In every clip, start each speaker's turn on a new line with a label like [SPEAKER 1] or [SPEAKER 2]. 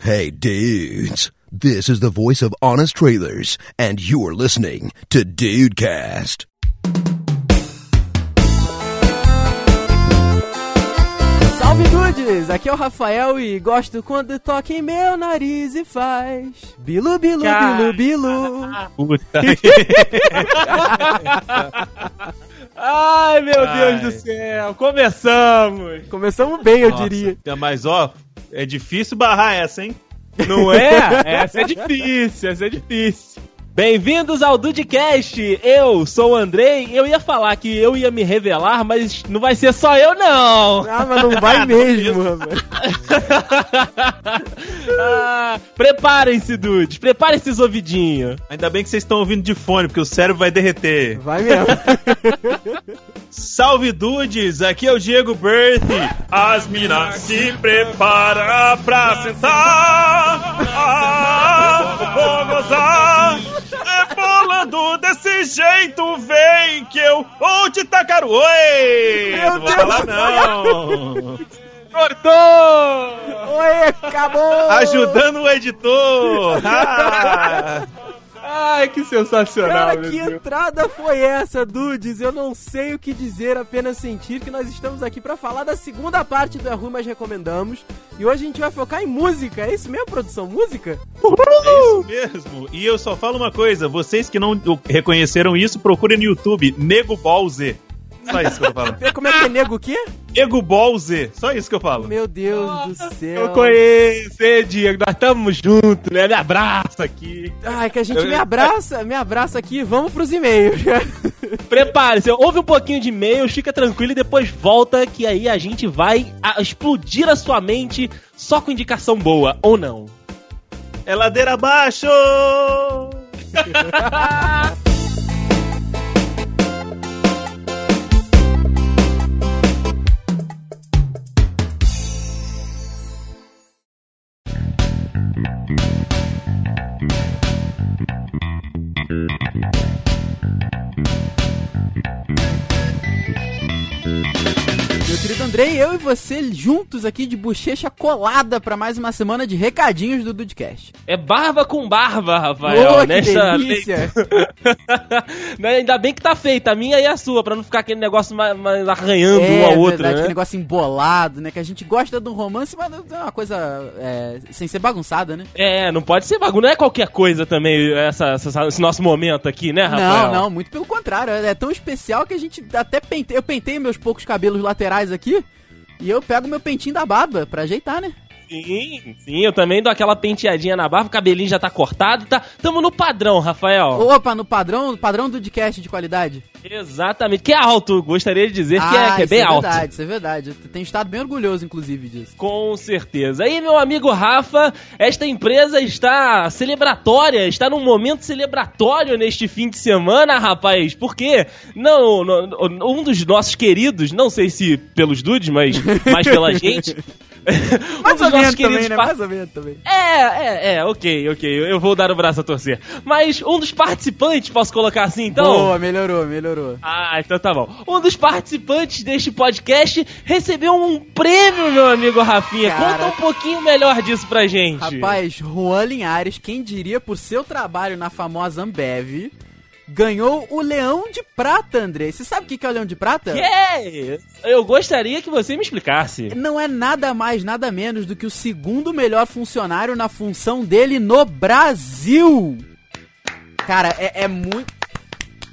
[SPEAKER 1] Hey dudes, this is the voice of Honest Trailers, and you're listening to Dudecast.
[SPEAKER 2] Salve dudes! Aqui é o Rafael e gosto quando toca em meu nariz e faz bilu bilu bilu bilu.
[SPEAKER 3] Puta.
[SPEAKER 4] Ai, meu
[SPEAKER 3] Ai.
[SPEAKER 4] Deus do céu! Começamos!
[SPEAKER 2] Começamos bem, eu
[SPEAKER 3] Nossa,
[SPEAKER 2] diria.
[SPEAKER 3] Mas ó, é difícil barrar essa, hein?
[SPEAKER 4] Não é? Essa é difícil, essa é difícil. Bem-vindos ao Dudecast! Eu sou o Andrei. Eu ia falar que eu ia me revelar, mas não vai ser só eu, não!
[SPEAKER 2] Ah, mas não vai mesmo, rapaz.
[SPEAKER 4] Ah, preparem-se, dudes! Preparem-se os ouvidinhos!
[SPEAKER 3] Ainda bem que vocês estão ouvindo de fone, porque o cérebro vai derreter.
[SPEAKER 2] Vai mesmo.
[SPEAKER 3] Salve dudes, aqui é o Diego Berth. As minas se prepara pra sentar. Ah, vou gozar. Rebolando desse jeito, vem que eu vou te tacar o oi.
[SPEAKER 2] Meu
[SPEAKER 3] Não vou
[SPEAKER 2] Deus
[SPEAKER 3] falar
[SPEAKER 2] do
[SPEAKER 3] não.
[SPEAKER 4] Cortou!
[SPEAKER 2] Oi, acabou!
[SPEAKER 3] Ajudando o editor. Ah.
[SPEAKER 4] Ai, que sensacional,
[SPEAKER 2] Cara,
[SPEAKER 4] meu
[SPEAKER 2] que
[SPEAKER 4] Deus.
[SPEAKER 2] entrada foi essa, dudes? Eu não sei o que dizer, apenas sentir que nós estamos aqui pra falar da segunda parte do Arru, mas recomendamos. E hoje a gente vai focar em música. É isso mesmo, produção? Música?
[SPEAKER 3] Isso mesmo. E eu só falo uma coisa: vocês que não o- reconheceram isso, procurem no YouTube Nego Ball Z. Só isso que eu falo.
[SPEAKER 2] Vê Como é que é nego o quê?
[SPEAKER 3] Nego Ball Z. Só isso que eu falo.
[SPEAKER 2] Meu Deus do céu.
[SPEAKER 4] Eu conheci, Diego. Nós estamos juntos, né? Me abraça aqui.
[SPEAKER 2] Ai, que a gente me abraça, me abraça aqui, vamos pros e-mails.
[SPEAKER 4] Prepare-se, ouve um pouquinho de e-mail, fica tranquilo e depois volta, que aí a gente vai a- explodir a sua mente só com indicação boa, ou não.
[SPEAKER 3] É ladeira abaixo!
[SPEAKER 2] Meu querido Andrei, eu e você juntos aqui de bochecha colada pra mais uma semana de recadinhos do Dudcast.
[SPEAKER 4] É barba com barba, Rafael,
[SPEAKER 2] Ô, que
[SPEAKER 4] nessa
[SPEAKER 2] delícia!
[SPEAKER 4] Né, Ainda bem que tá feita, a minha e a sua, pra não ficar aquele negócio mais, arranhando
[SPEAKER 2] É,
[SPEAKER 4] um ao outro,
[SPEAKER 2] verdade, que
[SPEAKER 4] né?
[SPEAKER 2] negócio embolado, né? Que a gente gosta de um romance, mas não é uma coisa é, sem ser bagunçada, né?
[SPEAKER 4] É, não pode ser bagulho, não é qualquer coisa também, essa- essa- esse nosso momento aqui, né, Rafael?
[SPEAKER 2] Não, não, muito pelo contrário. É tão especial que a gente até pentei. Eu pentei meus poucos cabelos laterais aqui e eu pego meu pentinho da barba pra ajeitar, né?
[SPEAKER 4] Sim, sim, eu também dou aquela penteadinha na barba, o cabelinho já tá cortado, tá? Tamo no padrão, Rafael.
[SPEAKER 2] Opa, no padrão, padrão do podcast de qualidade.
[SPEAKER 4] Exatamente, que é alto, gostaria de dizer que é, que é
[SPEAKER 2] Ah, isso
[SPEAKER 4] bem alto.
[SPEAKER 2] verdade, isso é verdade. Eu tenho estado bem orgulhoso, inclusive, disso.
[SPEAKER 4] Com certeza. E meu amigo Rafa, esta empresa está celebratória, está num momento celebratório neste fim de semana, rapaz. Porque não, não- um dos nossos queridos, não sei se pelos dudes, mas mais pela gente, um dos nossos queridos par-
[SPEAKER 2] né? ou menos também.
[SPEAKER 4] é, é, é, ok, ok, eu vou dar o braço a torcer. Mas um dos participantes, posso colocar assim então?
[SPEAKER 2] Boa, melhorou, melhorou.
[SPEAKER 4] Ah, então tá bom. Um dos participantes deste podcast recebeu um prêmio, meu amigo Rafinha.
[SPEAKER 2] Cara.
[SPEAKER 4] Conta um pouquinho melhor disso pra gente.
[SPEAKER 2] Rapaz, Juan Linhares, quem diria por seu trabalho na famosa Ambev, ganhou o Leão de Prata, André. Você sabe o que que é o Leão de Prata?
[SPEAKER 4] Que? Eu gostaria que você me explicasse.
[SPEAKER 2] Não é nada mais, nada menos do que o segundo melhor funcionário na função dele no Brasil. Cara, é, é muito.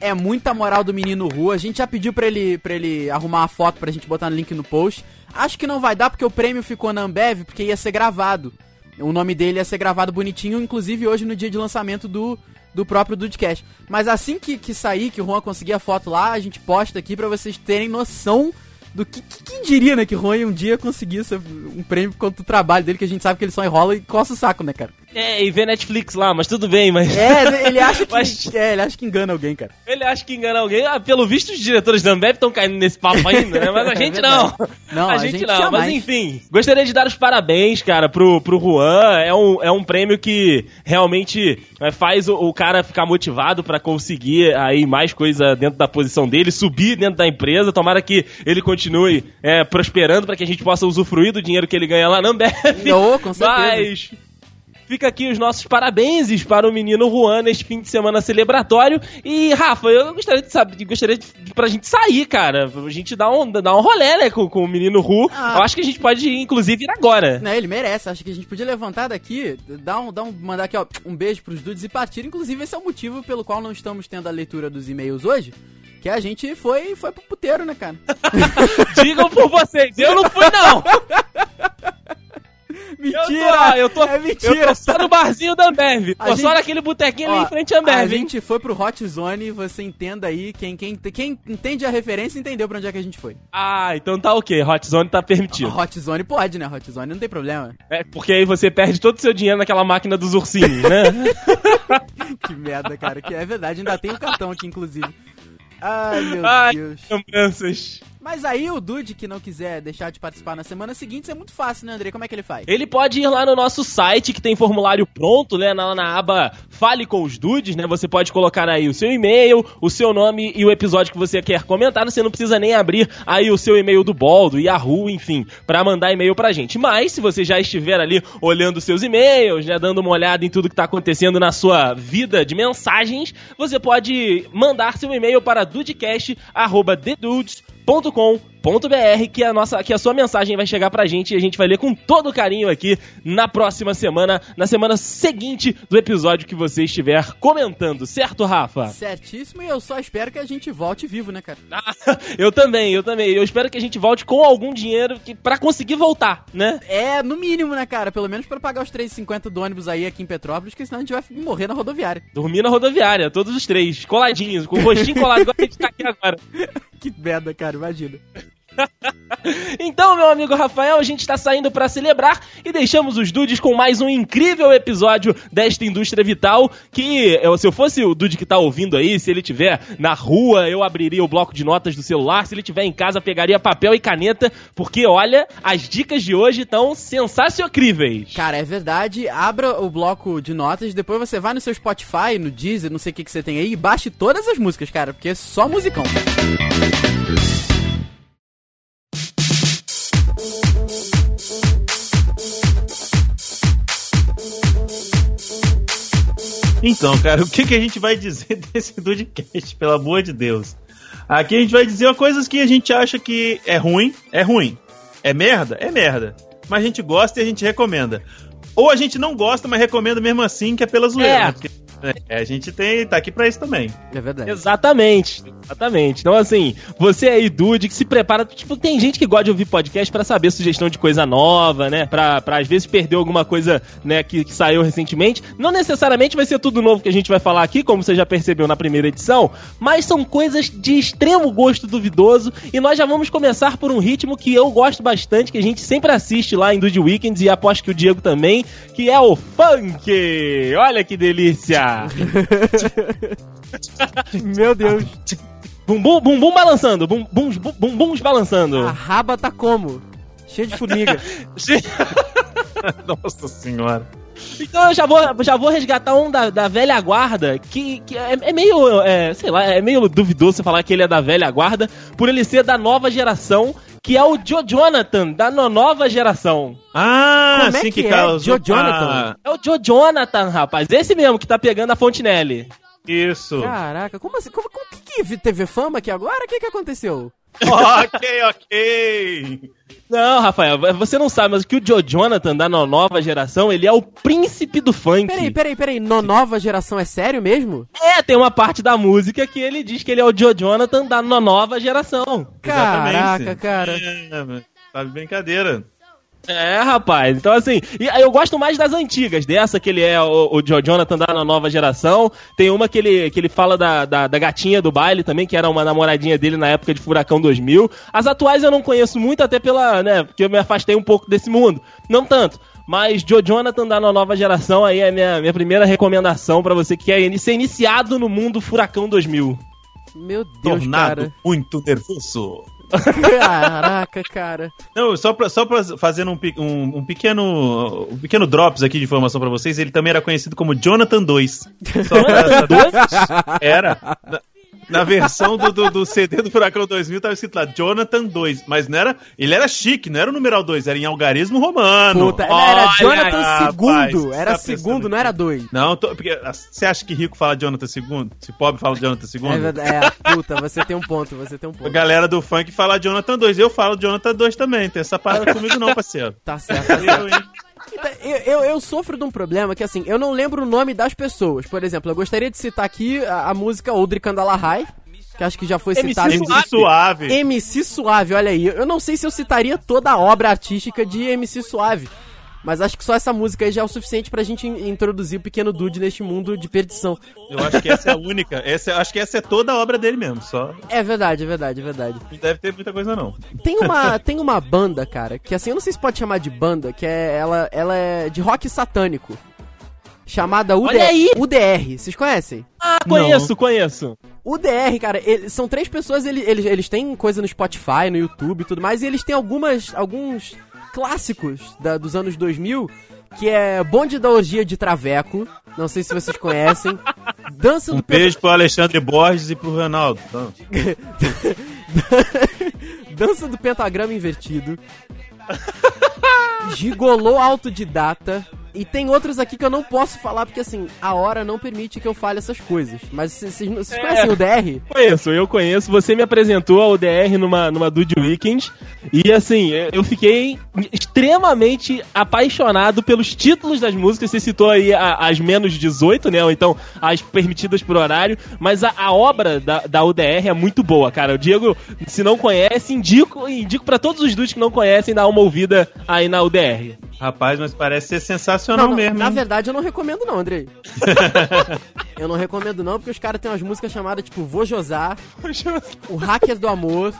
[SPEAKER 2] É muita moral do menino Rua. A gente já pediu pra ele, pra ele arrumar uma foto pra gente botar no link no post. Acho que não vai dar porque o prêmio ficou na Ambev porque ia ser gravado. O nome dele ia ser gravado bonitinho, inclusive hoje no dia de lançamento do, do próprio Dudcast. Mas assim que, que sair, que o Juan conseguir a foto lá, a gente posta aqui pra vocês terem noção do que, que- quem diria, né, que o Juan ia um dia conseguisse um prêmio por conta do trabalho dele, que a gente sabe que ele só enrola e coça o saco, né, cara?
[SPEAKER 4] É, e vê Netflix lá, mas tudo bem, mas.
[SPEAKER 2] É, ele acha que,
[SPEAKER 4] Mas-
[SPEAKER 2] é, ele acha que engana alguém, cara.
[SPEAKER 4] Ele acha que engana alguém. Ah, pelo visto, os diretores da Ambev estão caindo nesse papo ainda, né? Mas a
[SPEAKER 2] É
[SPEAKER 4] gente
[SPEAKER 2] verdade.
[SPEAKER 4] não.
[SPEAKER 2] Não,
[SPEAKER 4] a, gente, não,
[SPEAKER 2] jamais.
[SPEAKER 4] mas enfim. Gostaria de dar os parabéns, cara, pro, pro Juan. É um, é um prêmio que realmente é, faz o, o cara ficar motivado pra conseguir aí mais coisa dentro da posição dele, subir dentro da empresa. Tomara que ele continue é, prosperando pra que a gente possa usufruir do dinheiro que ele ganha lá na Ambev.
[SPEAKER 2] Ô, com certeza.
[SPEAKER 4] Mas Fica aqui os nossos parabéns para o menino Juan neste fim de semana celebratório. E, Rafa, eu gostaria de saber, gostaria de, de- pra gente sair, cara. A gente dar um, dar um rolê, né, com, com o menino Ru.
[SPEAKER 2] Ah.
[SPEAKER 4] Eu acho que a gente pode, inclusive, ir agora.
[SPEAKER 2] Não, ele merece. Acho que a gente podia levantar daqui, dar um, dar um, mandar aqui, ó, um beijo pros dudes e partir. Inclusive, esse é o motivo pelo qual não estamos tendo a leitura dos e-mails hoje. Que a gente foi, foi pro puteiro, né, cara?
[SPEAKER 4] Digam por vocês, eu não fui, não! Eu
[SPEAKER 2] mentira!
[SPEAKER 4] tô, ah, eu tô,
[SPEAKER 2] é mentira!
[SPEAKER 4] eu tô só no barzinho da Ambev.
[SPEAKER 2] A
[SPEAKER 4] Tô
[SPEAKER 2] gente-
[SPEAKER 4] só naquele botequinho ali
[SPEAKER 2] Ó,
[SPEAKER 4] em frente à
[SPEAKER 2] a
[SPEAKER 4] Ambev, hein?
[SPEAKER 2] gente foi pro Hot Zone, você entenda aí, quem, quem, quem entende a referência entendeu pra onde é que a gente foi.
[SPEAKER 4] Ah, então tá ok, Hot Zone tá permitido.
[SPEAKER 2] Hot Zone pode, né? Hot Zone não tem problema.
[SPEAKER 4] É, porque aí você perde todo o seu dinheiro naquela máquina dos ursinhos, né?
[SPEAKER 2] Que merda, cara. Que é verdade, ainda tem o cartão aqui, inclusive. Ai, meu
[SPEAKER 4] Ai,
[SPEAKER 2] Deus.
[SPEAKER 4] lembranças.
[SPEAKER 2] Mas aí o Dude que não quiser deixar de participar na semana seguinte, isso é muito fácil, né, André? Como é que ele faz?
[SPEAKER 4] Ele pode ir lá no nosso site, que tem formulário pronto, né? Na, na aba Fale com os Dudes, né? Você pode colocar aí o seu e-mail, o seu nome e o episódio que você quer comentar. Você não precisa nem abrir aí o seu e-mail do Bol, do Yahoo, enfim, pra mandar e-mail pra gente. Mas, se você já estiver ali olhando seus e-mails, né? Dando uma olhada em tudo que tá acontecendo na sua vida de mensagens, você pode mandar seu e-mail para dudecast.com .com.br que a nossa que a sua mensagem vai chegar pra gente e a gente vai ler com todo carinho aqui na próxima semana, na semana seguinte do episódio que você estiver comentando, certo, Rafa?
[SPEAKER 2] Certíssimo, e eu só espero que a gente volte vivo, né, cara?
[SPEAKER 4] Ah, eu também, eu também. Eu espero que a gente volte com algum dinheiro que para conseguir voltar, né?
[SPEAKER 2] É, no mínimo, né, cara? Pelo menos pra pagar os 3,50 do ônibus aí aqui em Petrópolis, que senão a gente vai morrer na rodoviária.
[SPEAKER 4] Dormir na rodoviária, todos os três, coladinhos, com o rostinho colado, igual a gente tá aqui agora.
[SPEAKER 2] Que merda, cara, imagina.
[SPEAKER 4] Então, meu amigo Rafael, a gente está saindo para celebrar e deixamos os dudes com mais um incrível episódio desta indústria vital. Que eu- se eu fosse o dude que tá ouvindo aí, se ele tiver na rua, eu abriria o bloco de notas do celular. Se ele tiver em casa, pegaria papel e caneta, porque olha, as dicas de hoje estão sensacionais.
[SPEAKER 2] Cara, é verdade, abra o bloco de notas, depois você vai no seu Spotify, no Deezer, não sei o que, que você tem aí, e baixe todas as músicas, cara, porque é só musicão.
[SPEAKER 5] Então, cara, o que, que a gente vai dizer desse Dudecast, pelo amor de Deus? Aqui a gente vai dizer coisas que a gente acha que é ruim, é ruim. É merda, é merda. Mas a gente gosta e a gente recomenda. Ou a gente não gosta, mas recomenda mesmo assim, que é pela zoeira.
[SPEAKER 4] É.
[SPEAKER 5] né? Porque, né, a gente tem, tá aqui pra isso também.
[SPEAKER 2] É verdade.
[SPEAKER 4] Exatamente, exatamente. Então, assim, você aí, Dude, que se prepara. Tipo, tem gente que gosta de ouvir podcast pra saber sugestão de coisa nova, né? Pra, pra às vezes perder alguma coisa, né, que, que saiu recentemente. Não necessariamente vai ser tudo novo que a gente vai falar aqui, como você já percebeu na primeira edição, mas são coisas de extremo gosto duvidoso. E nós já vamos começar por um ritmo que eu gosto bastante, que a gente sempre assiste lá em Dude Weekends e aposto que o Diego também, que é o funk. Olha que delícia!
[SPEAKER 2] Meu Deus.
[SPEAKER 4] Bumbum, bumbum balançando, bum- buns- bum- bumbuns balançando.
[SPEAKER 2] A raba tá como? Cheia de formiga.
[SPEAKER 5] Nossa senhora.
[SPEAKER 4] Então eu já vou, já vou resgatar um da, da velha guarda, que, que é, é meio, é, sei lá, é meio duvidoso você falar que ele é da velha guarda, por ele ser da nova geração, que é o Joe Jonathan, da no- nova geração.
[SPEAKER 5] Ah,
[SPEAKER 2] Como é
[SPEAKER 5] assim
[SPEAKER 2] que
[SPEAKER 5] que,
[SPEAKER 2] é?
[SPEAKER 5] causa.
[SPEAKER 2] Joe Jonathan.
[SPEAKER 5] Ah,
[SPEAKER 4] É o Joe Jonathan, rapaz, esse mesmo que tá pegando a Fontinelli.
[SPEAKER 5] isso.
[SPEAKER 2] Caraca, como assim? Como, como que, que teve fama aqui agora? O que, que aconteceu?
[SPEAKER 5] ok, ok.
[SPEAKER 4] Não, Rafael, você não sabe, mas que o Joe Jonathan, da no- nova geração, ele é o príncipe do funk.
[SPEAKER 2] Peraí, peraí, peraí. No nova geração é sério mesmo?
[SPEAKER 4] É, tem uma parte da música que ele diz que ele é o Joe Jonathan da no- nova geração.
[SPEAKER 2] Caraca, cara.
[SPEAKER 5] É, tá de brincadeira.
[SPEAKER 4] É, rapaz. Então, assim, e aí eu gosto mais das antigas, dessa que ele é o, o Joe Jonathan da na nova geração. Tem uma que ele, que ele fala da, da, da gatinha do baile também, que era uma namoradinha dele na época de Furacão 2000. As atuais eu não conheço muito, até pela, né, porque eu me afastei um pouco desse mundo. Não tanto. Mas Joe Jonathan da na nova geração aí é a minha, minha primeira recomendação pra você que quer in- ser iniciado no mundo Furacão 2000.
[SPEAKER 2] Meu Deus,
[SPEAKER 5] Tornado
[SPEAKER 2] cara.
[SPEAKER 5] muito nervoso.
[SPEAKER 2] Caraca, cara.
[SPEAKER 5] Não, só pra, só pra fazer um, pe- um- um pequeno um pequeno drops aqui de informação pra vocês, ele também era conhecido como Jonathan 2. Só pra- era. Na versão do, do, do CD do Furacão 2000 tava escrito lá Jonathan 2, mas não era. Ele era chique, não era o numeral 2, era em algarismo romano.
[SPEAKER 2] Puta, não, era
[SPEAKER 5] Olha,
[SPEAKER 2] Jonathan
[SPEAKER 5] rapaz,
[SPEAKER 2] segundo,
[SPEAKER 5] você
[SPEAKER 2] era
[SPEAKER 5] tá
[SPEAKER 2] segundo, né?
[SPEAKER 5] pensando
[SPEAKER 2] não era dois.
[SPEAKER 5] Não, tô- porque ah, você acha que rico fala Jonathan II? Se pobre fala Jonathan II?
[SPEAKER 2] É verdade, é, puta, você tem um ponto, você tem um
[SPEAKER 5] A
[SPEAKER 2] ponto.
[SPEAKER 5] galera do funk fala Jonathan 2. Eu falo Jonathan 2 também. Tem essa parada comigo não, parceiro.
[SPEAKER 2] Tá certo, tá certo.
[SPEAKER 5] Eu, hein?
[SPEAKER 2] Então, Eu, eu, eu sofro de um problema que, assim, eu não lembro o nome das pessoas. Por exemplo, eu gostaria de citar aqui a, a música Oldri Candalahai, que acho que já foi
[SPEAKER 4] MC
[SPEAKER 2] citada.
[SPEAKER 5] MC
[SPEAKER 4] Suave.
[SPEAKER 5] Suave.
[SPEAKER 2] MC Suave, olha aí. Eu não sei se eu citaria toda a obra artística de MC Suave. Mas acho que só essa música aí já é o suficiente pra gente in- introduzir o pequeno Dude neste mundo de perdição.
[SPEAKER 5] Eu acho que essa é a única. Essa, acho que essa é toda a obra dele mesmo. Só
[SPEAKER 2] É verdade, é verdade, é verdade.
[SPEAKER 5] não deve ter muita coisa, não.
[SPEAKER 2] Tem uma, tem uma banda, cara, que assim, eu não sei se pode chamar de banda, que é ela, ela é de rock satânico. Chamada UD
[SPEAKER 4] Olha aí!
[SPEAKER 2] UDR. Vocês conhecem?
[SPEAKER 4] Ah, conheço, conheço.
[SPEAKER 2] O DR, cara, ele- são três pessoas, ele- eles, eles têm coisa no Spotify, no YouTube e tudo mais, e eles têm algumas, alguns clássicos da- dos anos 2000, que é Bonde da Orgia de Traveco, não sei se vocês conhecem, Dança
[SPEAKER 5] Um
[SPEAKER 2] do Petróleo...
[SPEAKER 5] beijo pro Alexandre Borges e pro Ronaldo. Então,
[SPEAKER 2] Dança do Pentagrama Invertido, Gigolô Autodidata, e tem outros aqui que eu não posso falar, porque assim, a hora não permite que eu fale essas coisas, mas vocês- vocês vocês
[SPEAKER 5] É.
[SPEAKER 2] conhecem o DR?
[SPEAKER 4] Conheço, eu conheço. Você me apresentou ao DR numa, numa Dude Weekend. E assim, eu fiquei extremamente apaixonado pelos títulos das músicas. Você citou aí a- as menos 18, né? Ou então as permitidas por horário. Mas a, a obra da, da UDR é muito boa, cara. O Diego, se não conhece, indico, indico para todos os dudes que não conhecem dar uma ouvida aí na UDR.
[SPEAKER 5] rapaz, mas parece ser sensacional mesmo.
[SPEAKER 2] Na
[SPEAKER 5] hein?
[SPEAKER 2] verdade, eu não recomendo não, Andrei. eu não recomendo não, porque os caras têm umas músicas chamadas, tipo, Vou Josar, O Hacker do Amor.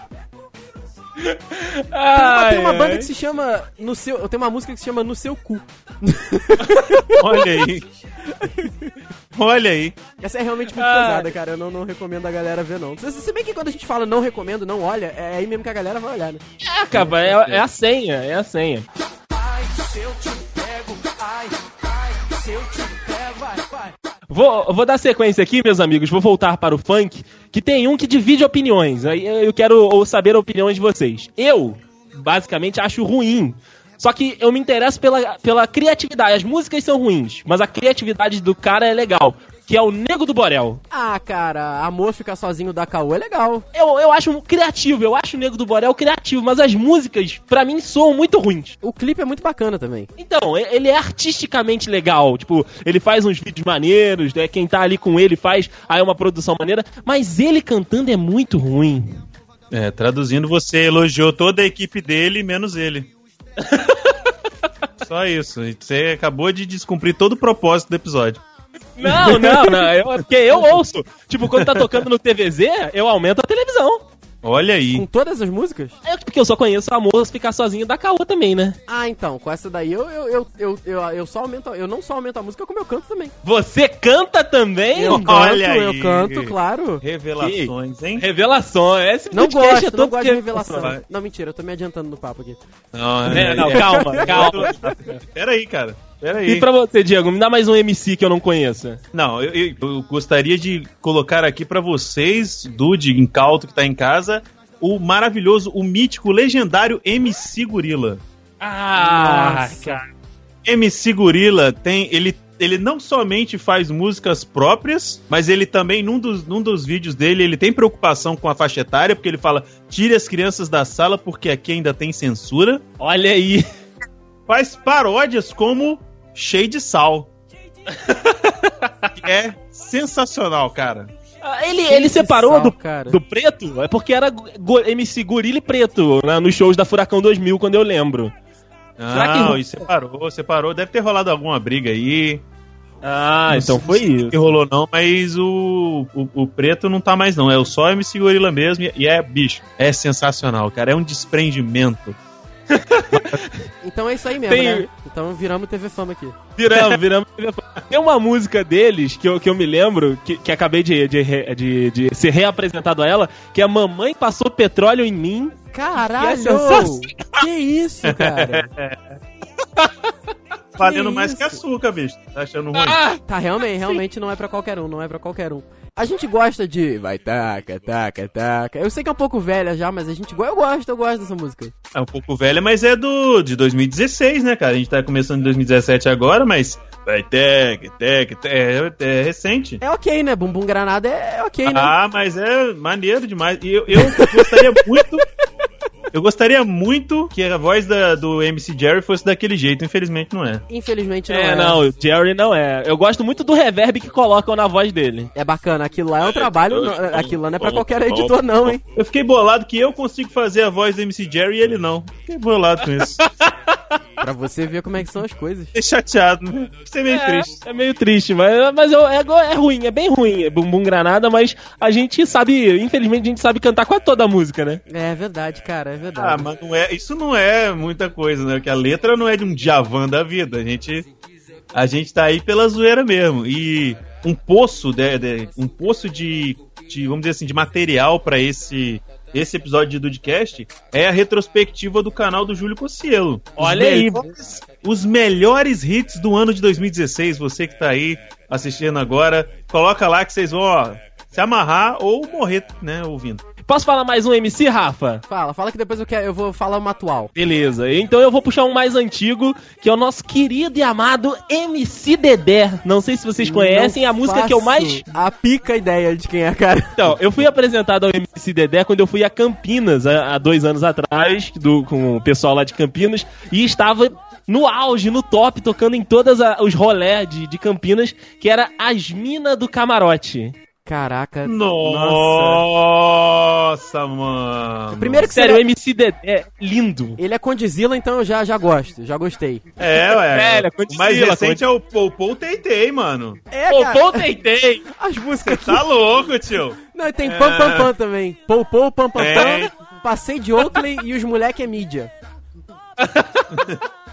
[SPEAKER 2] Tem uma, tem uma banda que se chama... No seu, tem uma música que se chama No Seu Cu.
[SPEAKER 5] Olha aí. Olha aí.
[SPEAKER 2] Essa é realmente
[SPEAKER 5] Ah.
[SPEAKER 2] muito
[SPEAKER 4] Ai.
[SPEAKER 2] pesada, cara. Eu não, não recomendo a galera ver, não. Se, se bem que quando a gente fala não recomendo, não olha, é aí mesmo que a galera vai olhar, né?
[SPEAKER 4] Ah, cara, é, é a senha, é a senha. Vou, eu vou dar sequência aqui, meus amigos. Vou voltar para o funk, que tem um que divide opiniões. Aí eu eu quero ou- saber a opinião de vocês. Eu, basicamente, acho ruim. Só que eu me interesso pela, pela criatividade. As músicas são ruins, mas a criatividade do cara é legal. Que é o Nego do Borel.
[SPEAKER 2] Ah, cara, Amor Ficar Sozinho da Caô é legal.
[SPEAKER 4] Eu, eu acho criativo, eu acho o Nego do Borel criativo, mas as músicas, pra mim, soam muito ruins.
[SPEAKER 2] O clipe é muito bacana também.
[SPEAKER 4] Então, e- ele é artisticamente legal. Tipo, ele faz uns vídeos maneiros, né? Quem tá ali com ele faz aí é uma produção maneira. Mas ele cantando é muito ruim.
[SPEAKER 5] É, traduzindo, você elogiou toda a equipe dele, menos ele. Só isso. E Você acabou de descumprir todo o propósito do episódio.
[SPEAKER 4] Não, não, não. Eu, porque eu ouço. Tipo, quando tá tocando no TVZ, eu aumento a televisão.
[SPEAKER 5] Olha
[SPEAKER 2] Com
[SPEAKER 5] aí.
[SPEAKER 2] todas as músicas?
[SPEAKER 4] É porque eu só conheço a moça ficar sozinho da caô também, né?
[SPEAKER 2] Ah, então, com essa daí eu, eu, eu, eu, eu, eu só aumento, eu não só aumento a música, como eu canto também.
[SPEAKER 4] Você canta também?
[SPEAKER 2] Eu canto,
[SPEAKER 5] Olha
[SPEAKER 2] eu
[SPEAKER 5] aí.
[SPEAKER 2] canto, claro.
[SPEAKER 5] Revelações, hein?
[SPEAKER 4] Revelação. Esse
[SPEAKER 2] Não
[SPEAKER 4] podcast é
[SPEAKER 2] gosto, não
[SPEAKER 4] todo
[SPEAKER 2] gosto de
[SPEAKER 4] que-
[SPEAKER 2] revelação.
[SPEAKER 5] Vai.
[SPEAKER 2] Não, mentira, eu tô me adiantando no papo aqui.
[SPEAKER 5] Não,
[SPEAKER 4] É, não, calma, calma.
[SPEAKER 5] Pera aí, cara. Pera aí.
[SPEAKER 4] E pra você, Diego, me dá mais um MC que eu não conheça.
[SPEAKER 5] Não, eu, eu- eu gostaria de colocar aqui pra vocês, Dude, incauto que tá em casa, o maravilhoso, o mítico, legendário MC Gorila.
[SPEAKER 4] Ah,
[SPEAKER 2] Nossa.
[SPEAKER 4] cara.
[SPEAKER 5] MC Gorila tem. Ele, ele não somente faz músicas próprias, mas ele também, num dos, num dos vídeos dele, ele tem preocupação com a faixa etária, porque ele fala: tire as crianças da sala porque aqui ainda tem censura.
[SPEAKER 4] Olha aí.
[SPEAKER 5] Faz paródias como Cheio de Sal. que é sensacional, cara.
[SPEAKER 4] Ah, Ele, ele separou
[SPEAKER 2] sal,
[SPEAKER 4] do,
[SPEAKER 2] cara.
[SPEAKER 4] do preto? É porque era go- go- MC Gorila e Preto né, nos shows da Furacão 2000, quando eu lembro. Será que-
[SPEAKER 5] Não, e separou, separou. Deve ter rolado alguma briga aí.
[SPEAKER 4] Ah, então foi
[SPEAKER 5] Que
[SPEAKER 4] isso.
[SPEAKER 5] rolou não, mas o, o, o preto não tá mais não. É o só MC Gorila mesmo e- e é bicho. É sensacional, cara. É um desprendimento.
[SPEAKER 2] Então é isso aí mesmo,
[SPEAKER 4] Tem-
[SPEAKER 2] né? Então viramos TV Fama aqui.
[SPEAKER 4] Viramos, viramos. Tem uma música deles que eu, que eu me lembro, que, que acabei de, de, re- de, de ser reapresentado a ela, que é Mamãe Passou Petróleo em Mim.
[SPEAKER 2] Caralho!
[SPEAKER 4] sensacional.
[SPEAKER 2] Que isso, cara?
[SPEAKER 5] valendo mais
[SPEAKER 2] isso?
[SPEAKER 5] que açúcar, bicho. Tá achando ruim?
[SPEAKER 4] Ah,
[SPEAKER 2] Tá, realmente, realmente não é pra qualquer um, não é pra qualquer um. A gente gosta de. Vai, taca, taca, taca. Eu sei que é um pouco velha já, mas a gente. go- Eu gosto, eu gosto dessa música.
[SPEAKER 5] É um pouco velha, mas é do de 2016, né, cara? A gente tá começando em 2017 agora, mas vai tag, tag, tag, é, é recente.
[SPEAKER 2] É ok, né? Bumbum Granada é, é ok, né?
[SPEAKER 5] Ah, mas é maneiro demais. E eu, eu gostaria muito. Eu gostaria muito que a voz da- do MC Jerry fosse daquele jeito, infelizmente não é.
[SPEAKER 2] Infelizmente não é.
[SPEAKER 4] é, não, o Jerry não é. Eu gosto muito do reverb que colocam na voz dele.
[SPEAKER 2] É bacana, aquilo lá é um trabalho. não- aquilo lá não é pra qualquer editor, não, hein?
[SPEAKER 5] Eu fiquei bolado que eu consigo fazer a voz do MC Jerry e ele não. Fiquei bolado com isso.
[SPEAKER 2] Pra você ver como é que são as coisas.
[SPEAKER 5] Fiquei chateado, né? Fiquei meio triste.
[SPEAKER 4] É, é meio triste, mas, mas eu- é, go- é ruim, é bem ruim. É bumbum granada, mas a gente sabe, infelizmente, a gente sabe cantar quase toda a música, né?
[SPEAKER 2] É verdade, cara, é
[SPEAKER 5] Ah,
[SPEAKER 2] verdade.
[SPEAKER 5] mas não é, isso não é muita coisa, né? Porque a letra não é de um Djavan da vida. A gente, a gente tá aí pela zoeira mesmo. E um poço, de, de- um poço de, de, vamos dizer assim, de material pra esse esse episódio de Dudcast é a retrospectiva do canal do Júlio Cossielo.
[SPEAKER 4] Olha aí.
[SPEAKER 5] melhores- Os melhores hits do ano de 2016, você que tá aí assistindo agora, coloca lá que vocês vão, ó, se amarrar ou morrer, né, ouvindo.
[SPEAKER 4] Posso falar mais um MC, Rafa?
[SPEAKER 2] Fala, fala que depois eu, quero, eu vou falar uma atual.
[SPEAKER 4] Beleza, então eu vou puxar um mais antigo, que é o nosso querido e amado MC Dedé. Não sei se vocês conhecem,
[SPEAKER 2] Não
[SPEAKER 4] a música que eu
[SPEAKER 2] faço
[SPEAKER 4] mais.
[SPEAKER 2] A pica ideia de quem é, cara.
[SPEAKER 4] Então, eu fui apresentado ao MC Dedé quando eu fui a Campinas, há, há dois anos atrás, do, com o pessoal lá de Campinas, e estava no auge, no top, tocando em todos os rolé de, de Campinas, que era As Mina do Camarote.
[SPEAKER 2] Caraca.
[SPEAKER 5] Nossa, mano.
[SPEAKER 2] Primeiro que
[SPEAKER 4] Sério, o
[SPEAKER 2] você.
[SPEAKER 4] MC Dedé, lindo.
[SPEAKER 2] Ele é condizila, então eu já, já gosto, já gostei.
[SPEAKER 5] É, ué.
[SPEAKER 4] Velho,
[SPEAKER 5] o mais
[SPEAKER 4] Godzilla,
[SPEAKER 5] recente é o Poupou Teitei, mano.
[SPEAKER 2] É,
[SPEAKER 4] Pô, pô, tentei.
[SPEAKER 2] As músicas aqui.
[SPEAKER 5] Tá louco, tio.
[SPEAKER 2] Não, e tem pam pam pam também. Pou pou pam pam
[SPEAKER 5] É.
[SPEAKER 2] pam. Passei de Oakley e os moleque é mídia.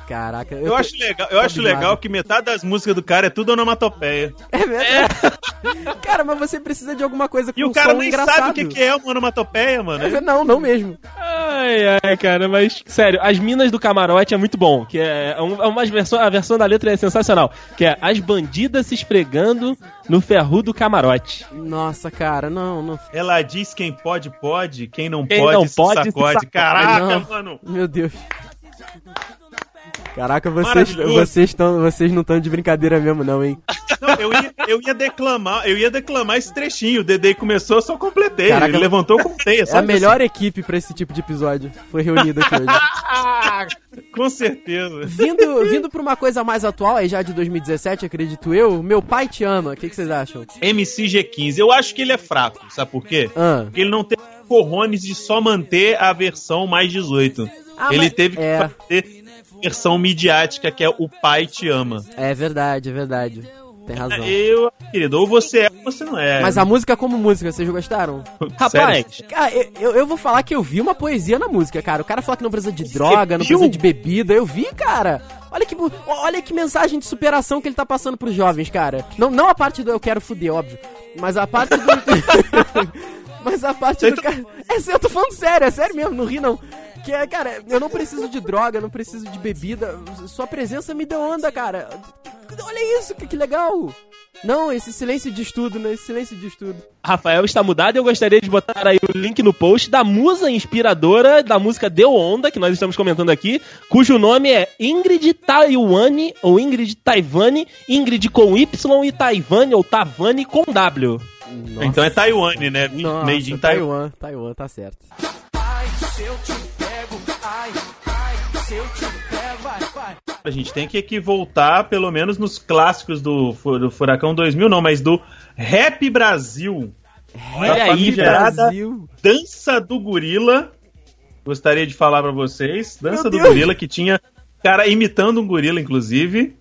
[SPEAKER 2] Caraca,
[SPEAKER 5] Eu
[SPEAKER 2] tô-
[SPEAKER 5] acho legal, eu acho
[SPEAKER 2] Obrigado.
[SPEAKER 5] legal que metade das músicas do cara é tudo onomatopeia.
[SPEAKER 2] É verdade. Cara, mas você precisa de alguma coisa com
[SPEAKER 5] É. E o
[SPEAKER 2] um
[SPEAKER 5] cara
[SPEAKER 2] som
[SPEAKER 5] nem
[SPEAKER 2] engraçado.
[SPEAKER 5] sabe o que né? que é uma onomatopeia, mano.
[SPEAKER 2] é. Não, não mesmo.
[SPEAKER 4] Ai, ai, cara, mas sério, as minas do camarote é muito bom, que é, é um- é umas versões, a versão da letra é sensacional, que é as bandidas se esfregando no ferru do camarote.
[SPEAKER 2] Nossa, cara, não, não.
[SPEAKER 5] Ela diz quem pode, pode, quem não
[SPEAKER 4] Quem
[SPEAKER 5] pode,
[SPEAKER 4] não
[SPEAKER 5] se
[SPEAKER 4] pode, se
[SPEAKER 5] sacode.
[SPEAKER 4] sacode.
[SPEAKER 5] Caraca,
[SPEAKER 2] Não.
[SPEAKER 5] mano.
[SPEAKER 2] Meu Deus. Caraca, vocês,
[SPEAKER 5] Maravilhoso.
[SPEAKER 2] vocês, tão, vocês não estão de brincadeira mesmo, não, hein?
[SPEAKER 5] Não, eu, ia, eu ia declamar, eu ia declamar esse trechinho. O Dedei começou, eu só completei.
[SPEAKER 2] Caraca.
[SPEAKER 5] Ele levantou, eu contei.
[SPEAKER 2] É a
[SPEAKER 5] assim-
[SPEAKER 2] melhor equipe pra esse tipo de episódio. Foi reunida aqui hoje.
[SPEAKER 5] Com certeza.
[SPEAKER 2] Vindo, vindo pra uma coisa mais atual, aí já de 2017, acredito eu, Meu Pai Te Ama, o que que vocês acham?
[SPEAKER 5] MCG15. Eu acho que ele é fraco, sabe por quê?
[SPEAKER 2] Ah,
[SPEAKER 5] Porque ele não teve corrones de só manter a versão mais 18.
[SPEAKER 2] Ah,
[SPEAKER 5] ele
[SPEAKER 2] mas-
[SPEAKER 5] teve que
[SPEAKER 2] é.
[SPEAKER 5] fazer a versão midiática, que é O Pai Te Ama.
[SPEAKER 2] é verdade, é verdade. Tem razão.
[SPEAKER 5] Eu, querido, ou você é ou você não é. assim,
[SPEAKER 2] Mas a música como música, vocês gostaram?
[SPEAKER 4] Rapaz,
[SPEAKER 2] Cara, eu, eu- eu vou falar que eu vi uma poesia na música, cara. O cara fala que não precisa de droga, não
[SPEAKER 5] viu?
[SPEAKER 2] precisa de bebida. Eu vi, cara. Olha que, bu- olha que mensagem de superação que ele tá passando pros jovens, cara. Não, não a parte do eu quero fuder, óbvio. Mas a parte do. mas a parte do cara. É, sério, eu tô falando sério, é sério mesmo, não ri não. Que é, cara, eu não preciso de droga, eu não preciso de bebida. Sua presença me deu onda, cara. Olha isso, que, que legal. Não, esse silêncio de estudo, né? Esse silêncio de estudo.
[SPEAKER 4] Rafael está mudado e eu gostaria de botar aí o link no post da musa inspiradora da música Deu Onda, que nós estamos comentando aqui, cujo nome é Ingrid Taiwane, ou Ingrid Taivane, Ingrid com Y e Taivane, ou Tavane com W.
[SPEAKER 5] Então é Taiwane, né?
[SPEAKER 2] Nossa,
[SPEAKER 5] Made in Taiwan.
[SPEAKER 2] Taiwan, Taiwan, tá certo.
[SPEAKER 5] A gente tem que, que voltar, pelo menos nos clássicos do, Fu- do Furacão 2000, não, mas do Rap Brasil.
[SPEAKER 4] Olha
[SPEAKER 5] Da
[SPEAKER 4] aí,
[SPEAKER 5] famigerada
[SPEAKER 2] Brasil.
[SPEAKER 4] velho.
[SPEAKER 5] Dança do Gorila. Gostaria de falar pra vocês. Dança
[SPEAKER 2] Meu
[SPEAKER 5] do
[SPEAKER 2] Deus.
[SPEAKER 5] Gorila, que tinha cara imitando um gorila, inclusive.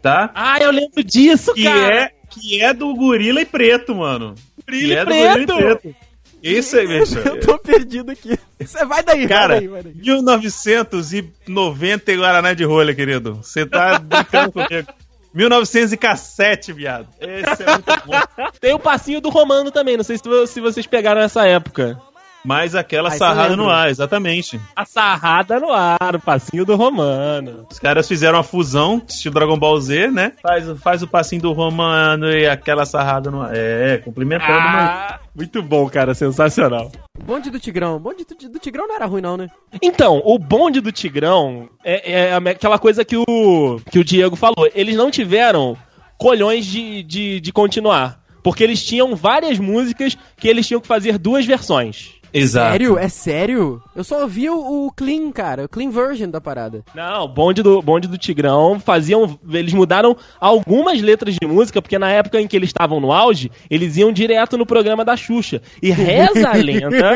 [SPEAKER 5] Tá?
[SPEAKER 4] Ah, eu lembro disso,
[SPEAKER 5] que
[SPEAKER 4] cara.
[SPEAKER 5] é que é do gorila e preto, mano.
[SPEAKER 4] Gorila
[SPEAKER 5] Que
[SPEAKER 4] e
[SPEAKER 5] é do
[SPEAKER 4] Preto.
[SPEAKER 5] Gorila e preto. Isso aí, bicho.
[SPEAKER 2] Eu tô perdido aqui. Você vai daí,
[SPEAKER 5] Cara,
[SPEAKER 2] vai daí, vai daí.
[SPEAKER 5] 1990 e Guaraná de rolha, querido. Você tá brincando comigo. 1907, viado. Esse é muito bom.
[SPEAKER 4] Tem o passinho do Romano também, não sei se, tu- se vocês pegaram essa época.
[SPEAKER 5] Mas aquela
[SPEAKER 6] Ah, isso eu
[SPEAKER 5] sarrada no
[SPEAKER 6] lembro.
[SPEAKER 5] ar, exatamente.
[SPEAKER 4] A sarrada no ar, o passinho do Romano.
[SPEAKER 5] Os caras fizeram a fusão, estilo Dragon Ball Z, né? Faz, o- faz o passinho do Romano e aquela sarrada no ar. É, complementando. mas-
[SPEAKER 4] Ah, muito bom, cara, sensacional.
[SPEAKER 2] Bonde do Tigrão. Bonde do, do Tigrão não era ruim, não, né?
[SPEAKER 4] Então, o bonde do Tigrão é, é aquela coisa que o, que o Diego falou. Eles não tiveram colhões de, de, de continuar. Porque eles tinham várias músicas que eles tinham que fazer duas versões.
[SPEAKER 5] Exato.
[SPEAKER 2] Sério? É sério? Eu só ouvi o, o Clean, cara. O Clean version da parada.
[SPEAKER 4] Não, bonde do, bonde do Tigrão faziam. Eles mudaram algumas letras de música, porque na época em que eles estavam no auge, eles iam direto no programa da Xuxa. E reza a lenda.